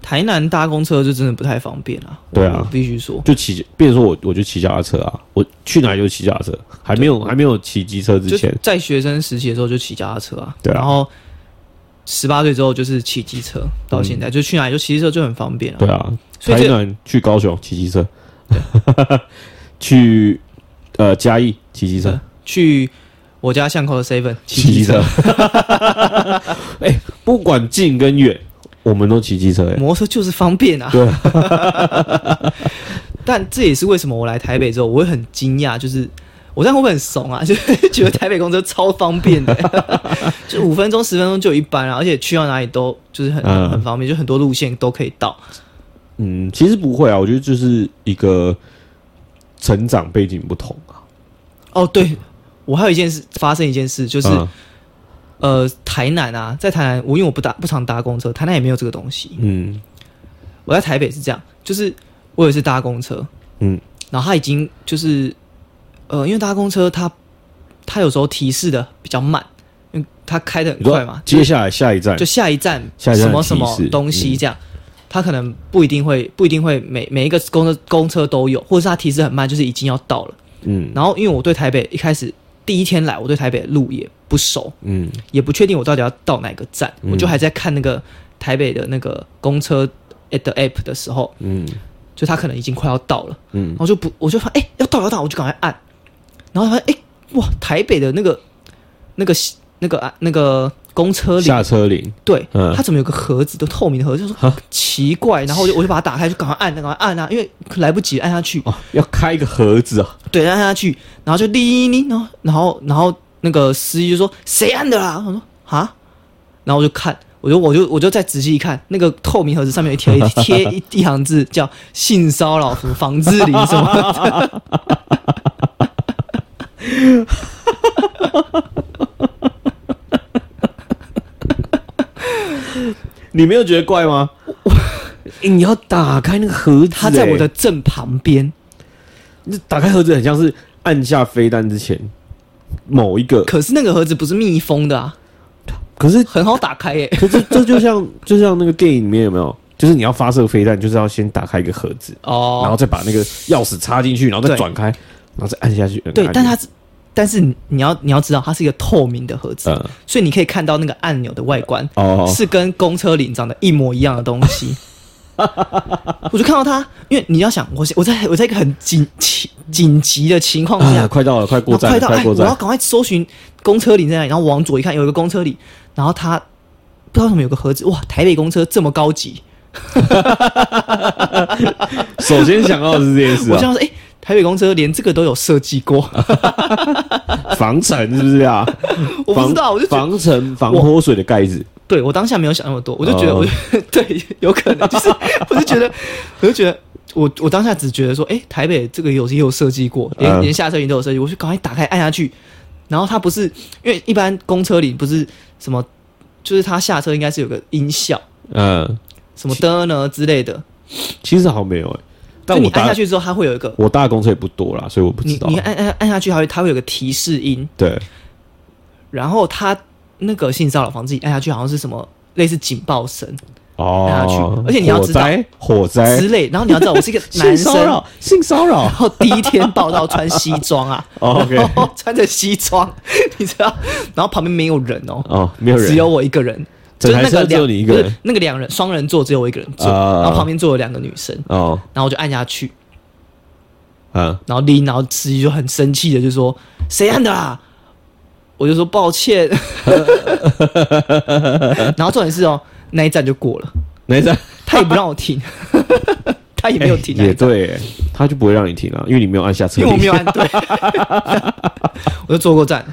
Speaker 1: 台南搭公车就真的不太方便啊。
Speaker 2: 对啊
Speaker 1: 我必须说，
Speaker 2: 就骑，变成说我我就骑脚踏车啊，我去哪里就骑脚踏车，还没有还没有骑机车之
Speaker 1: 就
Speaker 2: 前，
Speaker 1: 在学生时期的时候就骑脚踏车啊，
Speaker 2: 对啊
Speaker 1: 然后十八岁之后就是骑机车，到现在、就去哪里就骑机车就很方便啊。
Speaker 2: 嗯对啊，
Speaker 1: 所以
Speaker 2: 台
Speaker 1: 这
Speaker 2: 南去高雄骑机车， 去呃嘉义骑机车
Speaker 1: 对，去我家巷口的 Seven
Speaker 2: 骑 机 车，，哎、不管近跟远，我们都骑机车、哎，
Speaker 1: 摩托车就是方便啊。
Speaker 2: 对
Speaker 1: 但这也是为什么我来台北之后，我会很惊讶，就是我这样会不会很怂啊？就是 觉得台北公车超方便的、 就五分钟、十分钟就有一班啊，而且去到哪里都就是很
Speaker 2: 嗯
Speaker 1: 很方便，就很多路线都可以到。
Speaker 2: 嗯，其实不会啊，我觉得就是一个成长背景不同啊，
Speaker 1: 哦，对，我还有一件事发生一件事，就是、
Speaker 2: 嗯
Speaker 1: 呃，台南啊，在台南，我因为我不搭不常搭公车，台南也没有这个东西。
Speaker 2: 嗯
Speaker 1: 我在台北是这样，就是我有一次搭公车，
Speaker 2: 嗯
Speaker 1: 然后他已经就是呃，因为搭公车他他有时候提示的比较慢，因为他开的很
Speaker 2: 你说
Speaker 1: 快嘛，
Speaker 2: 接下来下一站
Speaker 1: 就下一站
Speaker 2: 哎下一站
Speaker 1: 什么什么
Speaker 2: 提示嗯
Speaker 1: 东西这样，他可能不一定会不一定会每每一个公车公车都有，或者是他提示很慢，就是已经要到了。
Speaker 2: 嗯
Speaker 1: 然后因为我对台北一开始第一天来，我对台北的路也不熟，
Speaker 2: 嗯
Speaker 1: 也不确定我到底要到哪个站，
Speaker 2: 嗯
Speaker 1: 我就还在看那个台北的那个公车诶的 app 的时候，
Speaker 2: 嗯
Speaker 1: 就他可能已经快要到了，
Speaker 2: 嗯
Speaker 1: 然后就不我就发现哎、要到了要到了，我就赶快按，然后发现哎、哇台北的那个那个那个啊那个公车
Speaker 2: 嗯，
Speaker 1: 里
Speaker 2: 下车铃，
Speaker 1: 对，
Speaker 2: 嗯
Speaker 1: 它怎么有个盒子都透明的盒子，就说
Speaker 2: 哈
Speaker 1: 奇怪，然后我就我就把它打开，就赶快按，赶快按啊，因为来不及按下去，
Speaker 2: 哦，要开一个盒子啊，
Speaker 1: 对，按下去，然后就叮叮，然后然后然后那个司机就说谁按的啦？我说啊，然后我就看，我就我就我就再仔细一看，那个透明盒子上面有一 贴一贴一一行字叫性骚扰什么防治林什么的，
Speaker 2: 你没有觉得怪吗？欸 你要打开那个盒子、
Speaker 1: 他在我的
Speaker 2: 欸，
Speaker 1: 正旁边，
Speaker 2: 你打开盒子很像是按下飞弹之前某一个，
Speaker 1: 可是那个盒子不是密封的啊，
Speaker 2: 可是
Speaker 1: 很好打开耶、
Speaker 2: 可是这就像就像那个电影里面有没有？就是你要发射飞弹，就是要先打开一个盒子，
Speaker 1: 哦，
Speaker 2: 然后再把那个钥匙插进去，然后再
Speaker 1: 对
Speaker 2: 转开，然后再按下去。按
Speaker 1: 对，
Speaker 2: 下去
Speaker 1: 但它是，但是你你要你要知道，它是一个透明的盒子，
Speaker 2: 嗯
Speaker 1: 所以你可以看到那个按钮的外观、
Speaker 2: 哦
Speaker 1: 是跟公车铃长得一模一样的东 西。我就看到它，因为你要想，我是我在我在一个很紧紧紧急的情况下，
Speaker 2: 啊，快到了，快过
Speaker 1: 然后
Speaker 2: 站
Speaker 1: 快到，
Speaker 2: 了，快
Speaker 1: 哎，
Speaker 2: 过
Speaker 1: 我
Speaker 2: 站
Speaker 1: 要
Speaker 2: 了，
Speaker 1: 赶快搜寻公车铃在哪里，然后往左一看，有一个公车铃，然后它不知道为什么有个盒子，哇，台北公车这么高级，
Speaker 2: 首先想到的是这件事
Speaker 1: 我就
Speaker 2: 啊，
Speaker 1: 想说，哎、台北公车连这个都有设计过，
Speaker 2: 防尘是不是啊？
Speaker 1: 我不知道，
Speaker 2: 防
Speaker 1: 我就觉得
Speaker 2: 防尘防泼水的盖子，
Speaker 1: 对我当下没有想那么多，我就觉得，
Speaker 2: 哦
Speaker 1: 我就 对，有可能 就是，我就觉得，我就觉得，我我当下只觉得说，哎、台北这个有也有设计过，连、
Speaker 2: 嗯
Speaker 1: 连下车铃都有设计，我就赶快打开按下去，然后它不是因为一般公车里不是什么，就是它下车应该是有个音效，
Speaker 2: 嗯，
Speaker 1: 什么的呢之类的，
Speaker 2: 其实好像没有哎，但
Speaker 1: 就
Speaker 2: 我
Speaker 1: 你按
Speaker 2: 搭
Speaker 1: 下去之后，它会有一个，
Speaker 2: 我搭的公车也不多啦，所以我不知
Speaker 1: 你
Speaker 2: 道
Speaker 1: 你。按按按下去，它会它会有个提示音，
Speaker 2: 对，
Speaker 1: 然后它那个性骚扰防治按下去好像是什么类似警报声下
Speaker 2: 哦
Speaker 1: 去，而且你要知道
Speaker 2: 火灾，火
Speaker 1: 之
Speaker 2: 灾，
Speaker 1: 类，然后你要知道我是一 个男
Speaker 2: 性
Speaker 1: 生
Speaker 2: 哎骚。扰，性骚 扰
Speaker 1: 然。后第一天报道穿西装 啊
Speaker 2: 哦，OK
Speaker 1: 然后 穿着西装，你知道，然后旁边没有人哦，
Speaker 2: 哦，没有人，
Speaker 1: 只有我一个人，
Speaker 2: 整台
Speaker 1: 就是那个
Speaker 2: 车只有
Speaker 1: 两
Speaker 2: 你一个人
Speaker 1: 不是那个两人双人座只有我一个人坐，
Speaker 2: 啊
Speaker 1: 然后旁边坐有两个女生，
Speaker 2: 哦，
Speaker 1: 然后我就按下去，
Speaker 2: 嗯，
Speaker 1: 然后拎，然后司机就很生气的就说谁按的啦？我就说抱 歉，然后重点是哦，那一站就过了，
Speaker 2: 哪一站？
Speaker 1: 他也不让我停， 他 也没有停啊那一
Speaker 2: 哎欸也
Speaker 1: 站，
Speaker 2: 对耶，他就不会让你停了，啊因为你没有按下车
Speaker 1: 因为
Speaker 2: 铃，
Speaker 1: 我没有按对， 我就坐过站，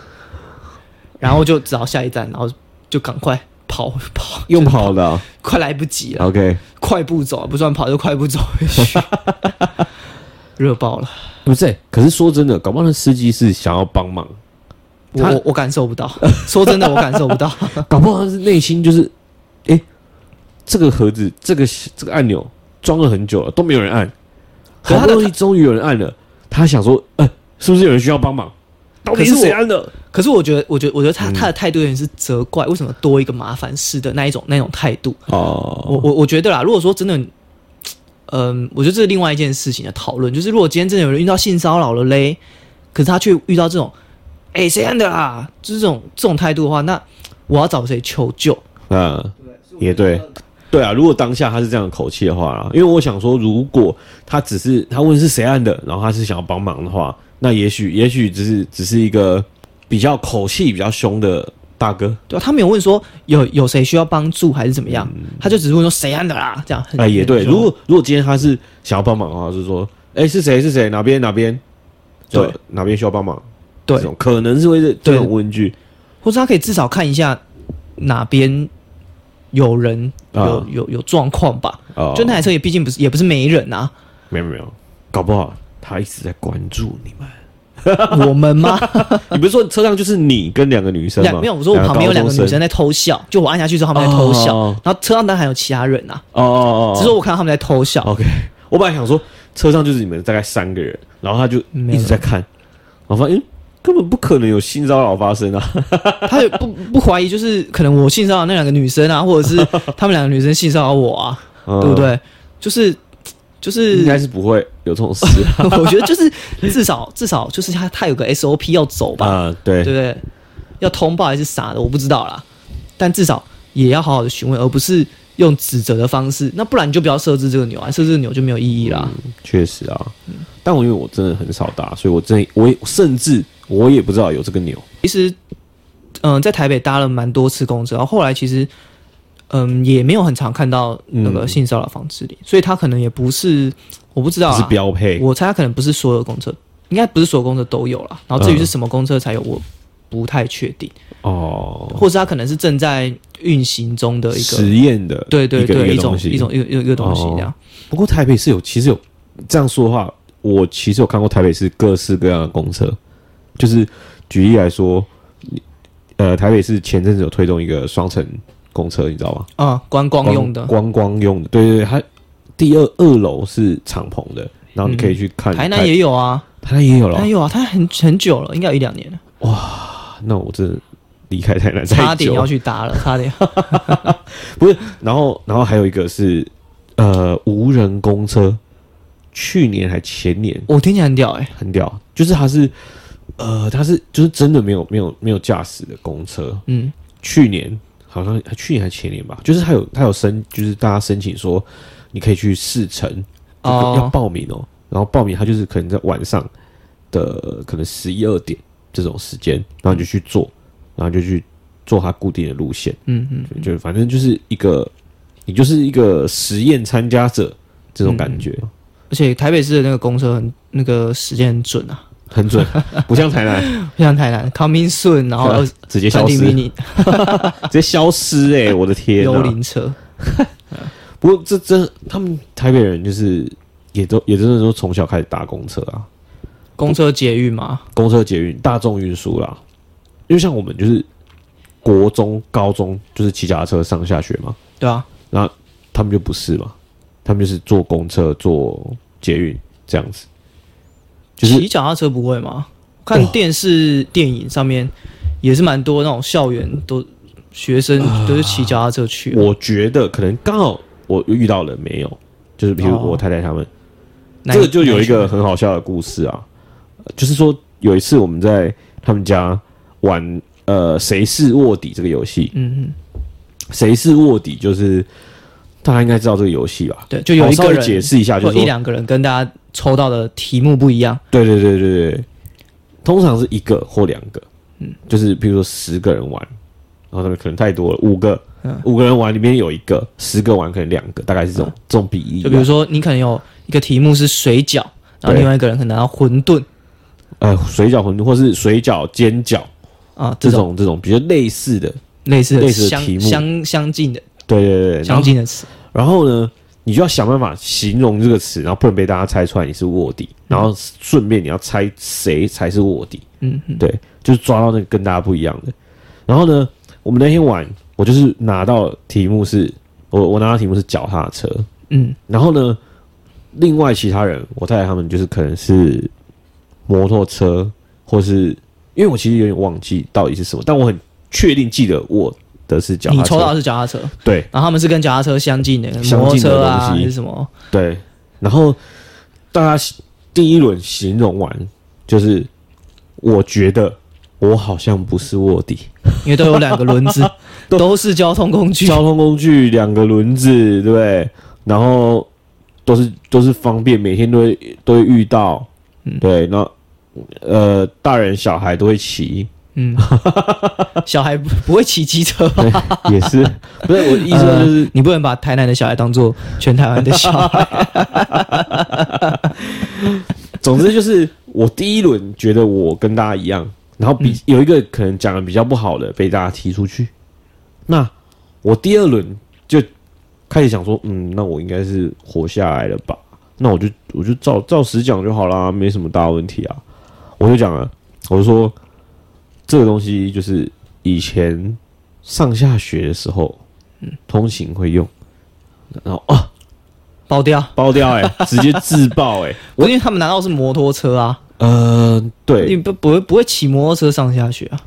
Speaker 1: 然后就只好下一站，然后就赶快跑跑，
Speaker 2: 用跑 的啊。
Speaker 1: 快来不及了，
Speaker 2: OK，
Speaker 1: 快步走，不算跑就快步走回 去，热爆了，
Speaker 2: 不是耶。可是说真的，搞不好那司机是想要帮忙，
Speaker 1: 我
Speaker 2: 他
Speaker 1: 我我感受不到，说真的我感受不到，
Speaker 2: 搞不好他是内心就是，哎，这个盒子，这个这个按钮装了很久了，都没有人按，
Speaker 1: 可是
Speaker 2: 好
Speaker 1: 他
Speaker 2: 不
Speaker 1: 的
Speaker 2: 容易终于有人按了，他想说，呃，是不是有人需要帮忙？到底
Speaker 1: 可
Speaker 2: 是
Speaker 1: 是我
Speaker 2: 谁安的？
Speaker 1: 可是我觉得，我觉得，我觉得
Speaker 2: 嗯
Speaker 1: 他他的态度有点是责怪，为什么多一个麻烦事的那一种那一种态度。我
Speaker 2: 哦，
Speaker 1: 我我觉得啦，如果说真的，嗯，我觉得这是另外一件事情的讨论，就是如果今天真的有人遇到性骚扰了嘞，可是他却遇到这种，哎、谁按的啦，就是这种这种态度的话，那我要找谁求救？
Speaker 2: 嗯，也对，对啊。如果当下他是这样的口气的话啊，因为我想说，如果他只是他问是谁按的，然后他是想要帮忙的话，那也许也许只是只是一个比较口气比较凶的大哥，
Speaker 1: 对啊，他没有问说有有谁需要帮助还是怎么样，他就只是问说谁按的啊啦，这样很
Speaker 2: 嗯哎，也对。
Speaker 1: 很凶
Speaker 2: 如果如果今天他是想要帮忙的话，就是说，哎，是谁是谁哪边哪边，就
Speaker 1: 对
Speaker 2: 哪边需要帮忙，
Speaker 1: 对
Speaker 2: 这，种可能是会是这种问句，
Speaker 1: 或者他可以至少看一下哪边有人有、
Speaker 2: 啊
Speaker 1: 有有状况吧。
Speaker 2: 哦，
Speaker 1: 就那台车也毕竟不是也不是没人啊，
Speaker 2: 没有没有，搞不好他一直在关注你们。
Speaker 1: 我们吗？
Speaker 2: 你不是说车上就是你跟两个女生吗
Speaker 1: 两？没有，我说我旁边有两个女生在偷笑，就我按下去之后他们在偷笑，
Speaker 2: 哦
Speaker 1: 然后车上当然还有其他人啊，
Speaker 2: 高中生。哦哦哦，
Speaker 1: 只是我看到他们在偷笑，
Speaker 2: OK。我本来想说车上就是你们大概三个人，然后他就
Speaker 1: 没
Speaker 2: 一
Speaker 1: 有
Speaker 2: 直在看，然后发现、嗯、根本不可能有性骚扰发生啊！
Speaker 1: 他也不 不怀疑就是可能我性骚扰那两个女生啊，或者是他们两个女生性骚扰我啊，
Speaker 2: 嗯
Speaker 1: 对不？对？就是就是
Speaker 2: 应该是不会有这种事
Speaker 1: 我觉得就是至少 至少就是他他有个 SOP 要走吧，
Speaker 2: 啊、对
Speaker 1: 对不对？要通报还是啥的，我不知道啦。但至少也要好好的询问，而不是用指责的方式。那不然你就不要设置这个钮啊，设置这个钮就没有意义啦。嗯
Speaker 2: 确实啊。但我因为我真的很少搭，所以我真的我也甚至我也不知道有这个钮。
Speaker 1: 其实，嗯、在台北搭了蛮多次公车，然后后来其实，嗯、也没有很常看到那
Speaker 2: 嗯
Speaker 1: 个性骚扰防治令，所以他可能也不是，我不知道、
Speaker 2: 不
Speaker 1: 啊，
Speaker 2: 是标配，
Speaker 1: 我猜他可能不是所有公车，应该不是所有公车都有啦。然后至于是
Speaker 2: 嗯
Speaker 1: 什么公车才有，我不太确定，
Speaker 2: 哦，
Speaker 1: 或是他可能是正在运行中的一个
Speaker 2: 实验的
Speaker 1: 对对
Speaker 2: 一个
Speaker 1: 对，
Speaker 2: 一
Speaker 1: 一
Speaker 2: 个
Speaker 1: 种
Speaker 2: 东西哦
Speaker 1: 一种一个一个一个东西这样。
Speaker 2: 不过台北是有，其实有这样说的话，我其实有看过台北市各式各样的公车。就是举例来说，你呃，台北市前阵子有推动一个双层公车，你知道吗？
Speaker 1: 啊、观光用的。
Speaker 2: 观光用的，对对对，它第二二楼是敞篷的，然后你可以去
Speaker 1: 嗯
Speaker 2: 看。
Speaker 1: 台南也有啊，
Speaker 2: 台南也有
Speaker 1: 台
Speaker 2: 了
Speaker 1: 南，有啊，台南很很久了，应该有一两年了，
Speaker 2: 那我真的离开台南
Speaker 1: 差
Speaker 2: 太
Speaker 1: 点
Speaker 2: 久
Speaker 1: 要
Speaker 2: 了。
Speaker 1: 去搭了，差点。
Speaker 2: 不是，然后然后还有一个是呃无人公车，去年还前年
Speaker 1: 我听起来很屌哎、
Speaker 2: 很屌，就是它是，呃，它是就是真的没有没有没有驾驶的公车。
Speaker 1: 嗯，
Speaker 2: 去年好像呃去年还前年吧，就是它有它有申，就是大家申请说你可以去试乘，就
Speaker 1: 哦
Speaker 2: 要报名哦、然后报名它就是可能在晚上的可能十一二点这种时间，然后你就去坐，然后就去坐它固定的路线，
Speaker 1: 嗯嗯，
Speaker 2: 就就反正就是一个你就是一个实验参加者这种
Speaker 1: 嗯
Speaker 2: 感觉。
Speaker 1: 而且台北市的那个公车很那个时间很准啊，
Speaker 2: 很准，不像台南，
Speaker 1: 不像台南 coming soon，然后二十
Speaker 2: 直接
Speaker 1: 三
Speaker 2: 消
Speaker 1: D
Speaker 2: 失。
Speaker 1: mini
Speaker 2: 直接消失哎、我的天、
Speaker 1: 幽
Speaker 2: 啊！
Speaker 1: 灵车，
Speaker 2: 不过这真他们台北人就是也都也真的都从小开始搭公车啊，
Speaker 1: 公车捷运嘛，
Speaker 2: 公车、捷运、大众运输啦。因为像我们就是国中、高中就是骑脚踏车上下学嘛，
Speaker 1: 对啊，
Speaker 2: 他们就不是嘛，他们就是坐公车、坐捷运这样子，就是
Speaker 1: 骑脚踏车不会吗？看电视电影上面也是蛮多那种校园都学生都是骑脚踏车去啊，
Speaker 2: 啊我觉得可能刚好我遇到了没有，就是比如
Speaker 1: 哦
Speaker 2: 我太太他们，
Speaker 1: 那
Speaker 2: 这个就有一个很好笑的故事啊，呃就是说有一次我们在他们家玩呃谁是卧底这个游戏，
Speaker 1: 嗯嗯，
Speaker 2: 谁是卧底就是大家应该知道这个游戏吧？
Speaker 1: 对，就有一
Speaker 2: 我
Speaker 1: 个
Speaker 2: 稍微
Speaker 1: 人
Speaker 2: 解释一啊下，就
Speaker 1: 或
Speaker 2: 是
Speaker 1: 一
Speaker 2: 说
Speaker 1: 两个人跟大家抽到的题目不一样，
Speaker 2: 对对对对对，通常是一个或两个，嗯，就是比如说十个人玩，然后他们可能太多了，五个，
Speaker 1: 嗯
Speaker 2: 五个人玩里面有一个，十个玩可能两个，大概是这种、这种比例啊，
Speaker 1: 嗯就比如说你可能有一个题目是水饺，然后
Speaker 2: 对
Speaker 1: 另外一个人可能要馄饨
Speaker 2: 呃水饺馄饨或是水饺煎饺
Speaker 1: 啊，
Speaker 2: 这
Speaker 1: 这种
Speaker 2: 种这种比较类似的，
Speaker 1: 类似的
Speaker 2: 类似的
Speaker 1: 相
Speaker 2: 题目
Speaker 1: 相相近的
Speaker 2: 对对对对，然
Speaker 1: 相
Speaker 2: 后
Speaker 1: 近的词，
Speaker 2: 然后呢，你就要想办法形容这个词，然后不能被大家猜出来你是卧底，然后顺便你要猜谁才是卧底，
Speaker 1: 嗯嗯，
Speaker 2: 对，就是抓到那个跟大家不一样的。然后呢，我们那天玩，我就是拿到题目是，我我拿到题目是脚踏车，
Speaker 1: 嗯，
Speaker 2: 然后呢，另外其他人，我太太他们就是可能是摩托车或是因为我其实有点忘记到底是什么，但我很确定记得我的是脚踏
Speaker 1: 你
Speaker 2: 车。
Speaker 1: 抽到的是脚踏车，
Speaker 2: 对
Speaker 1: 然后他们是跟脚踏车相近的，
Speaker 2: 相
Speaker 1: 摩托
Speaker 2: 近的
Speaker 1: 车啊
Speaker 2: 东西
Speaker 1: 还是什么？
Speaker 2: 对，然后大家第一轮形容完，就是我觉得我好像不是卧底，
Speaker 1: 因为都有两个轮子，
Speaker 2: 都
Speaker 1: 都是交通工 具。
Speaker 2: 交通工具两个轮子，对不对？然后都是都是方便，每天都会都会遇到，
Speaker 1: 嗯
Speaker 2: 对，那呃大人小孩都会骑，
Speaker 1: 嗯，小孩不不会骑机车
Speaker 2: 呃
Speaker 1: 吧？
Speaker 2: 也是 不是我的意思说就是
Speaker 1: 呃你不能把台南的小孩当做全台湾的小孩。
Speaker 2: 总之就是我第一轮觉得我跟大家一样，然后比、有一个可能讲的比较不好的被大家踢出去，那我第二轮就开始想说，嗯，那我应该是活下来了吧？那我就我就照照实讲就好啦，没什么大问题啊。我就讲了，我就说这个东西就是以前上下学的时候，通勤会用，然后啊
Speaker 1: 爆掉，
Speaker 2: 爆掉哎、直接自爆哎、
Speaker 1: 因为他们拿到是摩托车啊，
Speaker 2: 呃，对，
Speaker 1: 你不不会不会骑摩托车上下学啊？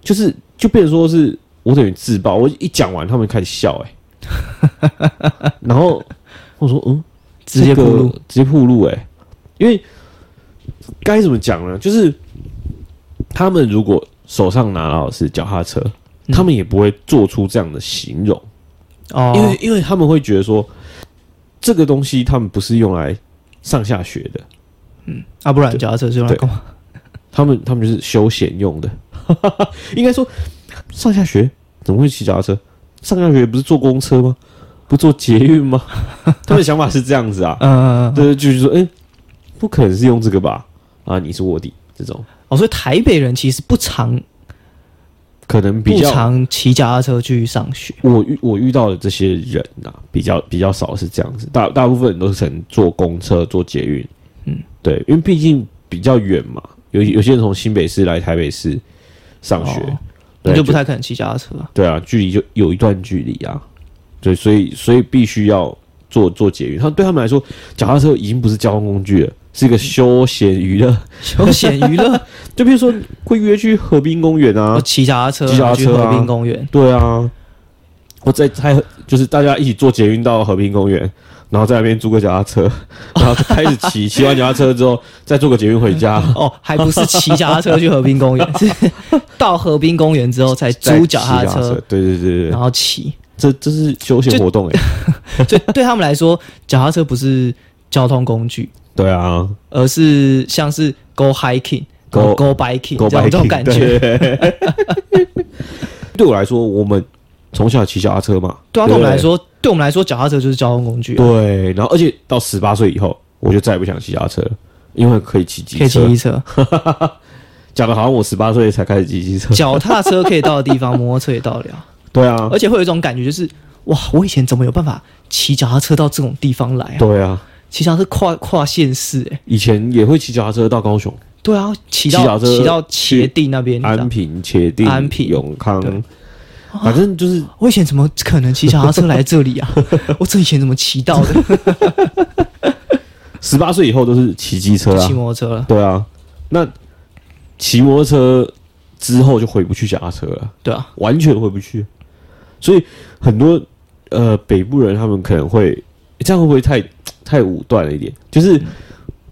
Speaker 2: 就是就变成说是我等于自爆，我一讲完他们开始笑 哎、欸然后我说嗯，
Speaker 1: 直接
Speaker 2: 这
Speaker 1: 铺
Speaker 2: 个
Speaker 1: 路，
Speaker 2: 直接铺路哎、欸因为该怎么讲呢？就是他们如果手上拿到的是脚踏车，
Speaker 1: 嗯
Speaker 2: 他们也不会做出这样的形容，
Speaker 1: 哦，
Speaker 2: 因为因为他们会觉得说这个东西他们不是用来上下学的，
Speaker 1: 啊，不然脚踏车是用来干嘛？
Speaker 2: 他们他们就是休闲用的， 应该说上下学怎么会骑脚踏车？上下学不是坐公车吗？不坐捷 运吗？他们的想法是这样子啊，
Speaker 1: 嗯，
Speaker 2: 对，就是说，哎、不可能是用这个吧？啊，你是卧底这种，
Speaker 1: 哦，所以台北人其实不常
Speaker 2: 可能比
Speaker 1: 不
Speaker 2: 较
Speaker 1: 常骑脚踏车去上学。
Speaker 2: 我遇我遇到的这些人啊，比较比较少是这样子，大大部分人都是可能坐公车、坐捷运，嗯，对，因为毕竟比较远嘛，有有些人从新北市来台北市上学，
Speaker 1: 哦
Speaker 2: 对
Speaker 1: 你就不太可能骑脚踏车啊、
Speaker 2: 对啊，距离就有一段距离啊，对，所以所以必须要做做捷运。他对他们来说，脚踏车已经不是交通工具了，是一个休闲娱乐。
Speaker 1: 休闲娱乐，
Speaker 2: 就比如说会约去河滨公园啊
Speaker 1: 我，骑脚踏车，
Speaker 2: 骑脚踏车啊
Speaker 1: 去河滨公园，
Speaker 2: 对啊，或在在就是大家一起坐捷运到河滨公园，然后在那边租个脚踏车，然后开始骑， 骑完脚踏车之后再坐个捷运回家。
Speaker 1: 哦，还不是骑脚踏车去河滨公园， 是到河滨公园之后才
Speaker 2: 再
Speaker 1: 租
Speaker 2: 骑
Speaker 1: 脚
Speaker 2: 脚
Speaker 1: 踏
Speaker 2: 车
Speaker 1: 车，，
Speaker 2: 对对对对
Speaker 1: 然，后骑。
Speaker 2: 这这是休闲活动哎、
Speaker 1: 所以对他们来说，脚踏车不是交通工具，
Speaker 2: 对啊，
Speaker 1: 而是像是 go hiking、go
Speaker 2: Go-
Speaker 1: go biking
Speaker 2: 狗
Speaker 1: 这种
Speaker 2: 白
Speaker 1: 这种感觉。
Speaker 2: 对 对我来说，我们从小骑脚踏车嘛，
Speaker 1: 对啊，对我
Speaker 2: 不
Speaker 1: 们来，说，对我们来说，脚踏车就是交通工具啊、
Speaker 2: 对，然后而且到十八岁以后，我就再也不想骑脚踏车了，因为可以骑机
Speaker 1: 可以骑
Speaker 2: 车
Speaker 1: 机。 车，
Speaker 2: 讲的好像我十八岁才开始骑机车，
Speaker 1: 脚踏车可以到的地方，摩托车也到得了。
Speaker 2: 对啊，
Speaker 1: 而且会有一种感觉，就是哇，我以前怎么有办法骑脚踏车到这种地方来啊？
Speaker 2: 对啊，
Speaker 1: 骑脚踏车跨跨县市、欸，
Speaker 2: 以前也会骑脚踏车到高雄、
Speaker 1: 对啊，骑
Speaker 2: 骑
Speaker 1: 到
Speaker 2: 脚踏车
Speaker 1: 骑到茄地那边，你知道
Speaker 2: 安平、茄定、
Speaker 1: 安平
Speaker 2: 永康
Speaker 1: 对，哦
Speaker 2: 反正就是
Speaker 1: 我以前怎么可能骑脚踏车来这里啊？ 我这以前怎么骑到的？
Speaker 2: 十八岁以后都是骑机车
Speaker 1: 就
Speaker 2: 啊
Speaker 1: 骑，摩托车了，
Speaker 2: 对啊，那骑摩托车之后就回不去脚踏车了。
Speaker 1: 对啊，
Speaker 2: 完全回不去。所以很多呃北部人他们可能会、诶这样会不会太太武断了一点？就是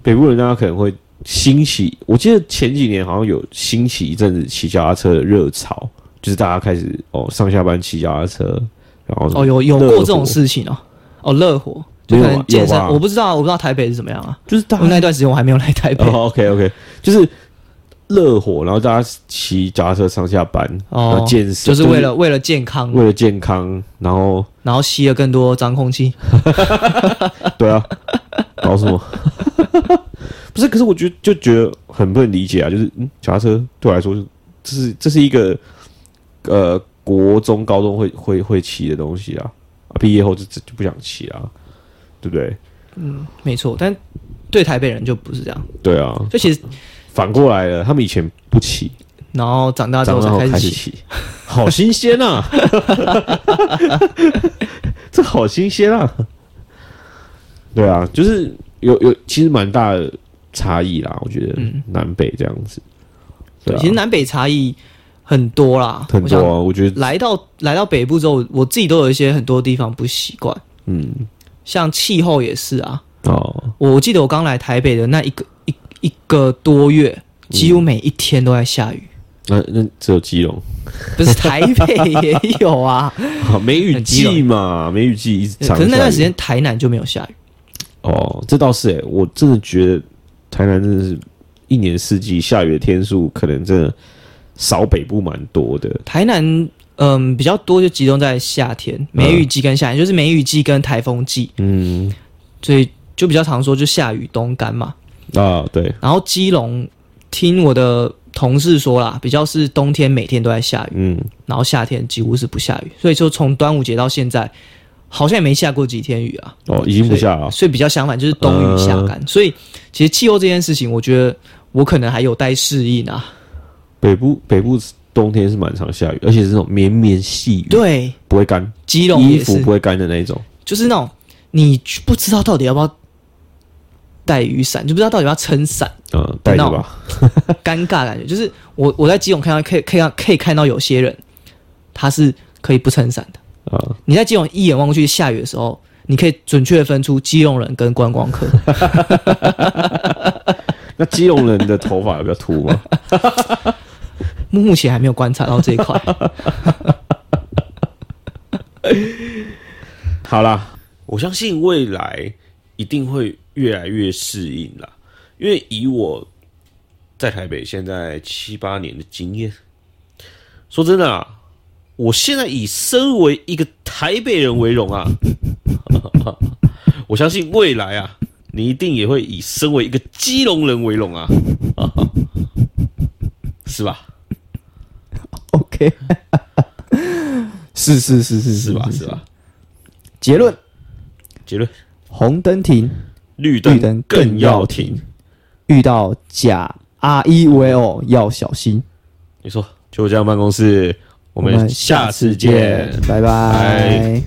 Speaker 2: 北部人大家可能会兴起，我记得前几年好像有兴起一阵子骑脚踏车的热潮，就是大家开始哦上下班骑脚踏车，然后
Speaker 1: 哦，有有过
Speaker 2: 嗯热火
Speaker 1: 这种事情哦，哦，乐活就
Speaker 2: 没有
Speaker 1: 可
Speaker 2: 啊
Speaker 1: 能健身
Speaker 2: 有，吧
Speaker 1: 我不知道，我不知道台北是怎么样啊。
Speaker 2: 就是大
Speaker 1: 因为那
Speaker 2: 家、
Speaker 1: 段时间我还没有来台北
Speaker 2: 哦、OK OK 就是。热火，然后大家骑脚踏车上下班，然
Speaker 1: 哦
Speaker 2: 后，健身，
Speaker 1: 就是为了为了健康，
Speaker 2: 为了健康，然后
Speaker 1: 然后吸了更多脏空气。
Speaker 2: 对啊，搞什么？ 不是，可是我觉得就觉得很不能理解啊，就是嗯，脚踏车对我来说是，这是这是一个呃国中、高中会会会骑的东西啊，啊毕业后就就就不想骑啊，对不对？
Speaker 1: 没错，但对台北人就不是这样，
Speaker 2: 对啊，
Speaker 1: 就其实
Speaker 2: 反过来了，他们以前不骑，
Speaker 1: 然后长大之
Speaker 2: 长
Speaker 1: 后
Speaker 2: 大后
Speaker 1: 才
Speaker 2: 开
Speaker 1: 开
Speaker 2: 始
Speaker 1: 始骑。
Speaker 2: 骑，好新鲜啊！ 这好新鲜啊！对啊，就是有有，其实蛮大的差异啦，我觉得、南北这样子。对啊
Speaker 1: 嗯其实南北差异很多啦，
Speaker 2: 很多、
Speaker 1: 我
Speaker 2: 啊，我觉
Speaker 1: 想
Speaker 2: 得，
Speaker 1: 来到来到北部之后，我自己都有一些很多地方不习惯，
Speaker 2: 嗯，
Speaker 1: 像气候也是啊。
Speaker 2: 哦，
Speaker 1: 我记得我刚来台北的那一个一一个多
Speaker 2: 嗯
Speaker 1: 月，几乎每一天都在下 雨，
Speaker 2: 那那只有基隆，
Speaker 1: 不是台北也有啊。
Speaker 2: 好梅雨
Speaker 1: 很基
Speaker 2: 季
Speaker 1: 隆
Speaker 2: 嘛，梅雨季一直常
Speaker 1: 可是那段时
Speaker 2: 下雨
Speaker 1: 间台南就没有下雨，
Speaker 2: 哦，这倒是哎、我真的觉得台南真的是一年四季下雨的天数可能真的少北部蛮多的。
Speaker 1: 台南。嗯，比较多就集中在夏天，梅雨季跟夏天，就是梅雨季跟台风季，
Speaker 2: 嗯，
Speaker 1: 所以就比较常说就下雨冬干嘛。
Speaker 2: 啊，对，
Speaker 1: 然后基隆，听我的同事说啦，比较是冬天每天都在下雨，
Speaker 2: 嗯，
Speaker 1: 然后夏天几乎是不下雨，所以就从端午节到现在，好像也没下过几天雨啊，
Speaker 2: 哦，已经不下了嗯
Speaker 1: 所以比较相反就是冬雨夏干，所以其实气候这件事情，我觉得我可能还有待适应啊。
Speaker 2: 北部北部冬天是蛮常下雨，而且是那种绵绵细雨，
Speaker 1: 对，
Speaker 2: 不会干，
Speaker 1: 基隆
Speaker 2: 衣
Speaker 1: 也
Speaker 2: 服
Speaker 1: 是
Speaker 2: 不，会干的那一种。
Speaker 1: 就是那种你不知道到底要不要带雨伞，就不知道到底要不要撑伞。
Speaker 2: 嗯，带着吧。
Speaker 1: 尴尬感觉，就是我我在基隆看到可以可以可以看到有些人他是可以不撑伞的。
Speaker 2: 啊、
Speaker 1: 你在基隆一眼望过去下雨的时候，你可以准确的分出基隆人跟观 光客。
Speaker 2: 那基隆人的头发有比较秃吗？
Speaker 1: 目前还没有观察到这一 块。
Speaker 2: 好啦，我相信未来一定会越来越适应啦，因为以我在台北现在七八年的经验，说真的啊，我现在以身为一个台北人为荣啊， 我相信未来啊，你一定也会以身为一个基隆人为荣啊， 是吧？
Speaker 1: OK，是是是是
Speaker 2: 是吧？是？吧？
Speaker 1: 结论：
Speaker 2: 结论：
Speaker 1: 红灯停，
Speaker 2: 绿
Speaker 1: 灯
Speaker 2: 灯
Speaker 1: 更
Speaker 2: 更
Speaker 1: 要
Speaker 2: 要停。
Speaker 1: 遇到假 R E V O 要小心。
Speaker 2: 没错，就这样办公室，我们下次见。
Speaker 1: 拜
Speaker 2: 拜。